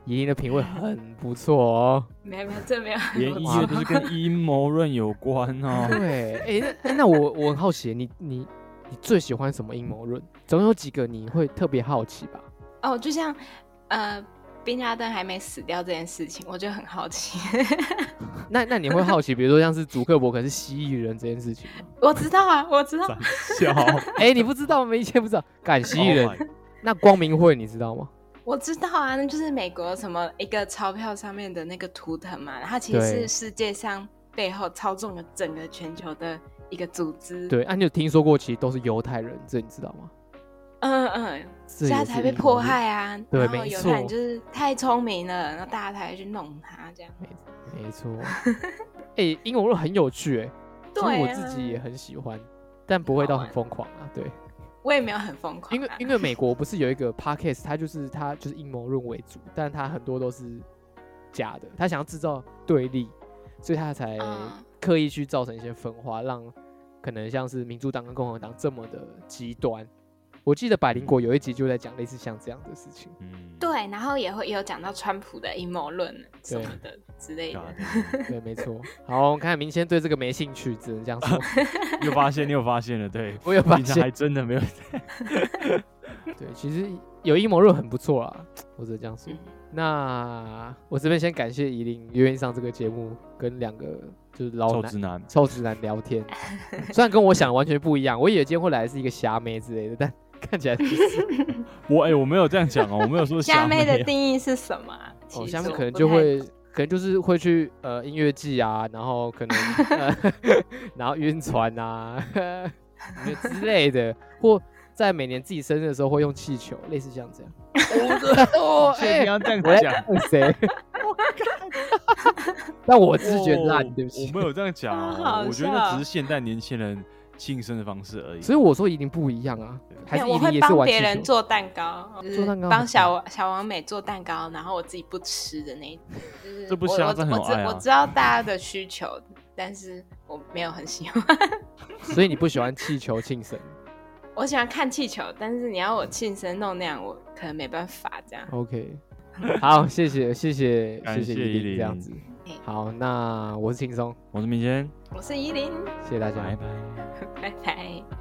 Speaker 2: 怡莹的品味很不错哦。
Speaker 3: 没有没有，这没有很
Speaker 1: 连
Speaker 3: 多
Speaker 1: 音
Speaker 3: 错
Speaker 1: 乐都是跟阴谋论有关哦。
Speaker 2: 对，哎、那哎那我我很好奇，你你你最喜欢什么阴谋论？总有几个你会特别好奇吧？
Speaker 3: 哦，就像呃，宾拉登还没死掉这件事情，我就很好奇。
Speaker 2: 那那你会好奇，比如说像是祖克伯可是蜥蜴人这件事情 吗？
Speaker 3: 我知 道啊，我知道
Speaker 1: 胆，小，
Speaker 2: 哎、你不知道吗？以前不知道，敢蜥蜴
Speaker 1: Oh
Speaker 2: 人
Speaker 1: my-
Speaker 2: 那光明会你知道吗？
Speaker 3: 我知道啊，那就是美国什么一个钞票上面的那个图腾嘛，它其实
Speaker 2: 对
Speaker 3: 是世界上背后操纵了整个全球的一个组织。，
Speaker 2: 对，啊，你有听说过，其实都是犹太人，这你知道吗？
Speaker 3: 嗯嗯，
Speaker 2: 这
Speaker 3: 所以他
Speaker 2: 也
Speaker 3: 才
Speaker 2: 是
Speaker 3: 被
Speaker 2: 阴谋
Speaker 3: 迫
Speaker 2: 论
Speaker 3: 害啊。
Speaker 2: 对
Speaker 3: 然后
Speaker 2: 没
Speaker 3: 犹太人
Speaker 2: 错
Speaker 3: 就是太聪明了，然后大家才会去弄他这样。
Speaker 2: 没错， 哎、阴谋论很有趣哎、其实
Speaker 3: 对
Speaker 2: 我
Speaker 3: 啊
Speaker 2: 自己也很喜欢，但不会到很
Speaker 3: 好玩
Speaker 2: 疯狂啊。对，
Speaker 3: 我也没有很疯狂、啊，
Speaker 2: 因为因为美国不是有一个 podcast，它就是它就是阴谋论为主，但它很多都是假的，它想要制造对立，所以它才
Speaker 3: 嗯
Speaker 2: 刻意去造成一些分化，让可能像是民主党跟共和党这么的极端。我记得百
Speaker 3: 嗯
Speaker 2: 灵果有一集就在讲类似像这样的事情。
Speaker 1: 嗯，
Speaker 3: 对，然后也会也有讲到川普的阴谋论啊什
Speaker 2: 对
Speaker 3: 么的之类的。
Speaker 1: God，
Speaker 2: 对，啊没错。好，我们看明先对这个没兴趣，只能这样说。
Speaker 1: 又发现又发现了，对，
Speaker 2: 我有发
Speaker 1: 平常
Speaker 2: 现
Speaker 1: 还，真的没有。
Speaker 2: 对，其实有阴谋论很不错啦，我只能这样说。
Speaker 3: 嗯
Speaker 2: 那我这边先感谢怡琳愿意上这个节目，跟两个就是老
Speaker 1: 臭
Speaker 2: 男
Speaker 1: 直男，
Speaker 2: 臭直男聊天， 虽然跟我想的完全不一样，我以为今天会来是一个虾妹之类的，但 看起来就是 哦
Speaker 1: 我哎，我没有这样讲哦，我没有 说
Speaker 3: 虾
Speaker 1: 虾
Speaker 3: 妹
Speaker 1: 妹
Speaker 3: 的
Speaker 1: 哦
Speaker 3: 定义是什么啊？
Speaker 2: 哦，
Speaker 3: 其
Speaker 2: 虾
Speaker 3: 实
Speaker 2: 妹
Speaker 3: 我
Speaker 2: 可能
Speaker 3: 不
Speaker 2: 就
Speaker 3: 太
Speaker 2: 会，可能就是会去呃音乐季啊，然后可能、呃、 然后晕船啊 之类的，或在每年自己生日的时候会用气球，类似像这样。哦，
Speaker 1: 所以
Speaker 2: 哎
Speaker 1: 你要这 样
Speaker 2: 我在
Speaker 1: 讲。
Speaker 2: 看 谁？ 但我只是觉得
Speaker 1: 哦
Speaker 2: 烂，对不起
Speaker 1: 我。没有这样讲
Speaker 3: 好好
Speaker 1: 哦，
Speaker 3: 笑
Speaker 1: 我觉得那只是现代年轻人庆生的方式而已。
Speaker 2: 所以我说一定不一样啊，还
Speaker 3: 没
Speaker 2: 是
Speaker 3: 有
Speaker 2: 一
Speaker 3: 我
Speaker 2: 定
Speaker 3: 会
Speaker 2: 也是
Speaker 3: 帮
Speaker 2: 玩
Speaker 3: 别
Speaker 2: 气
Speaker 3: 人
Speaker 2: 球。
Speaker 3: 做蛋糕，就是
Speaker 2: 做蛋糕
Speaker 3: 帮
Speaker 2: 很
Speaker 3: 小小王美做蛋糕，然后我自己不吃的那一种，就是
Speaker 1: 这不
Speaker 3: 我
Speaker 1: 香
Speaker 3: 我
Speaker 1: 这很有
Speaker 3: 我知
Speaker 1: 爱啊
Speaker 3: 我知道大家的需求，但是我没有很喜欢。
Speaker 2: 所以你不喜欢气球庆生
Speaker 3: 我喜欢看气球，但是你要我庆生弄那样，我可能没办法这样。
Speaker 2: ？OK，好，谢谢谢谢
Speaker 1: 感
Speaker 2: 谢谢
Speaker 1: 谢
Speaker 2: 依
Speaker 1: 依
Speaker 2: 琳
Speaker 1: 琳
Speaker 2: 这样子
Speaker 3: 哎。
Speaker 2: 好，那我是轻松，
Speaker 1: 我是明轩，
Speaker 3: 我是依林，
Speaker 2: 谢谢大家
Speaker 1: 拜。拜。
Speaker 3: 拜拜。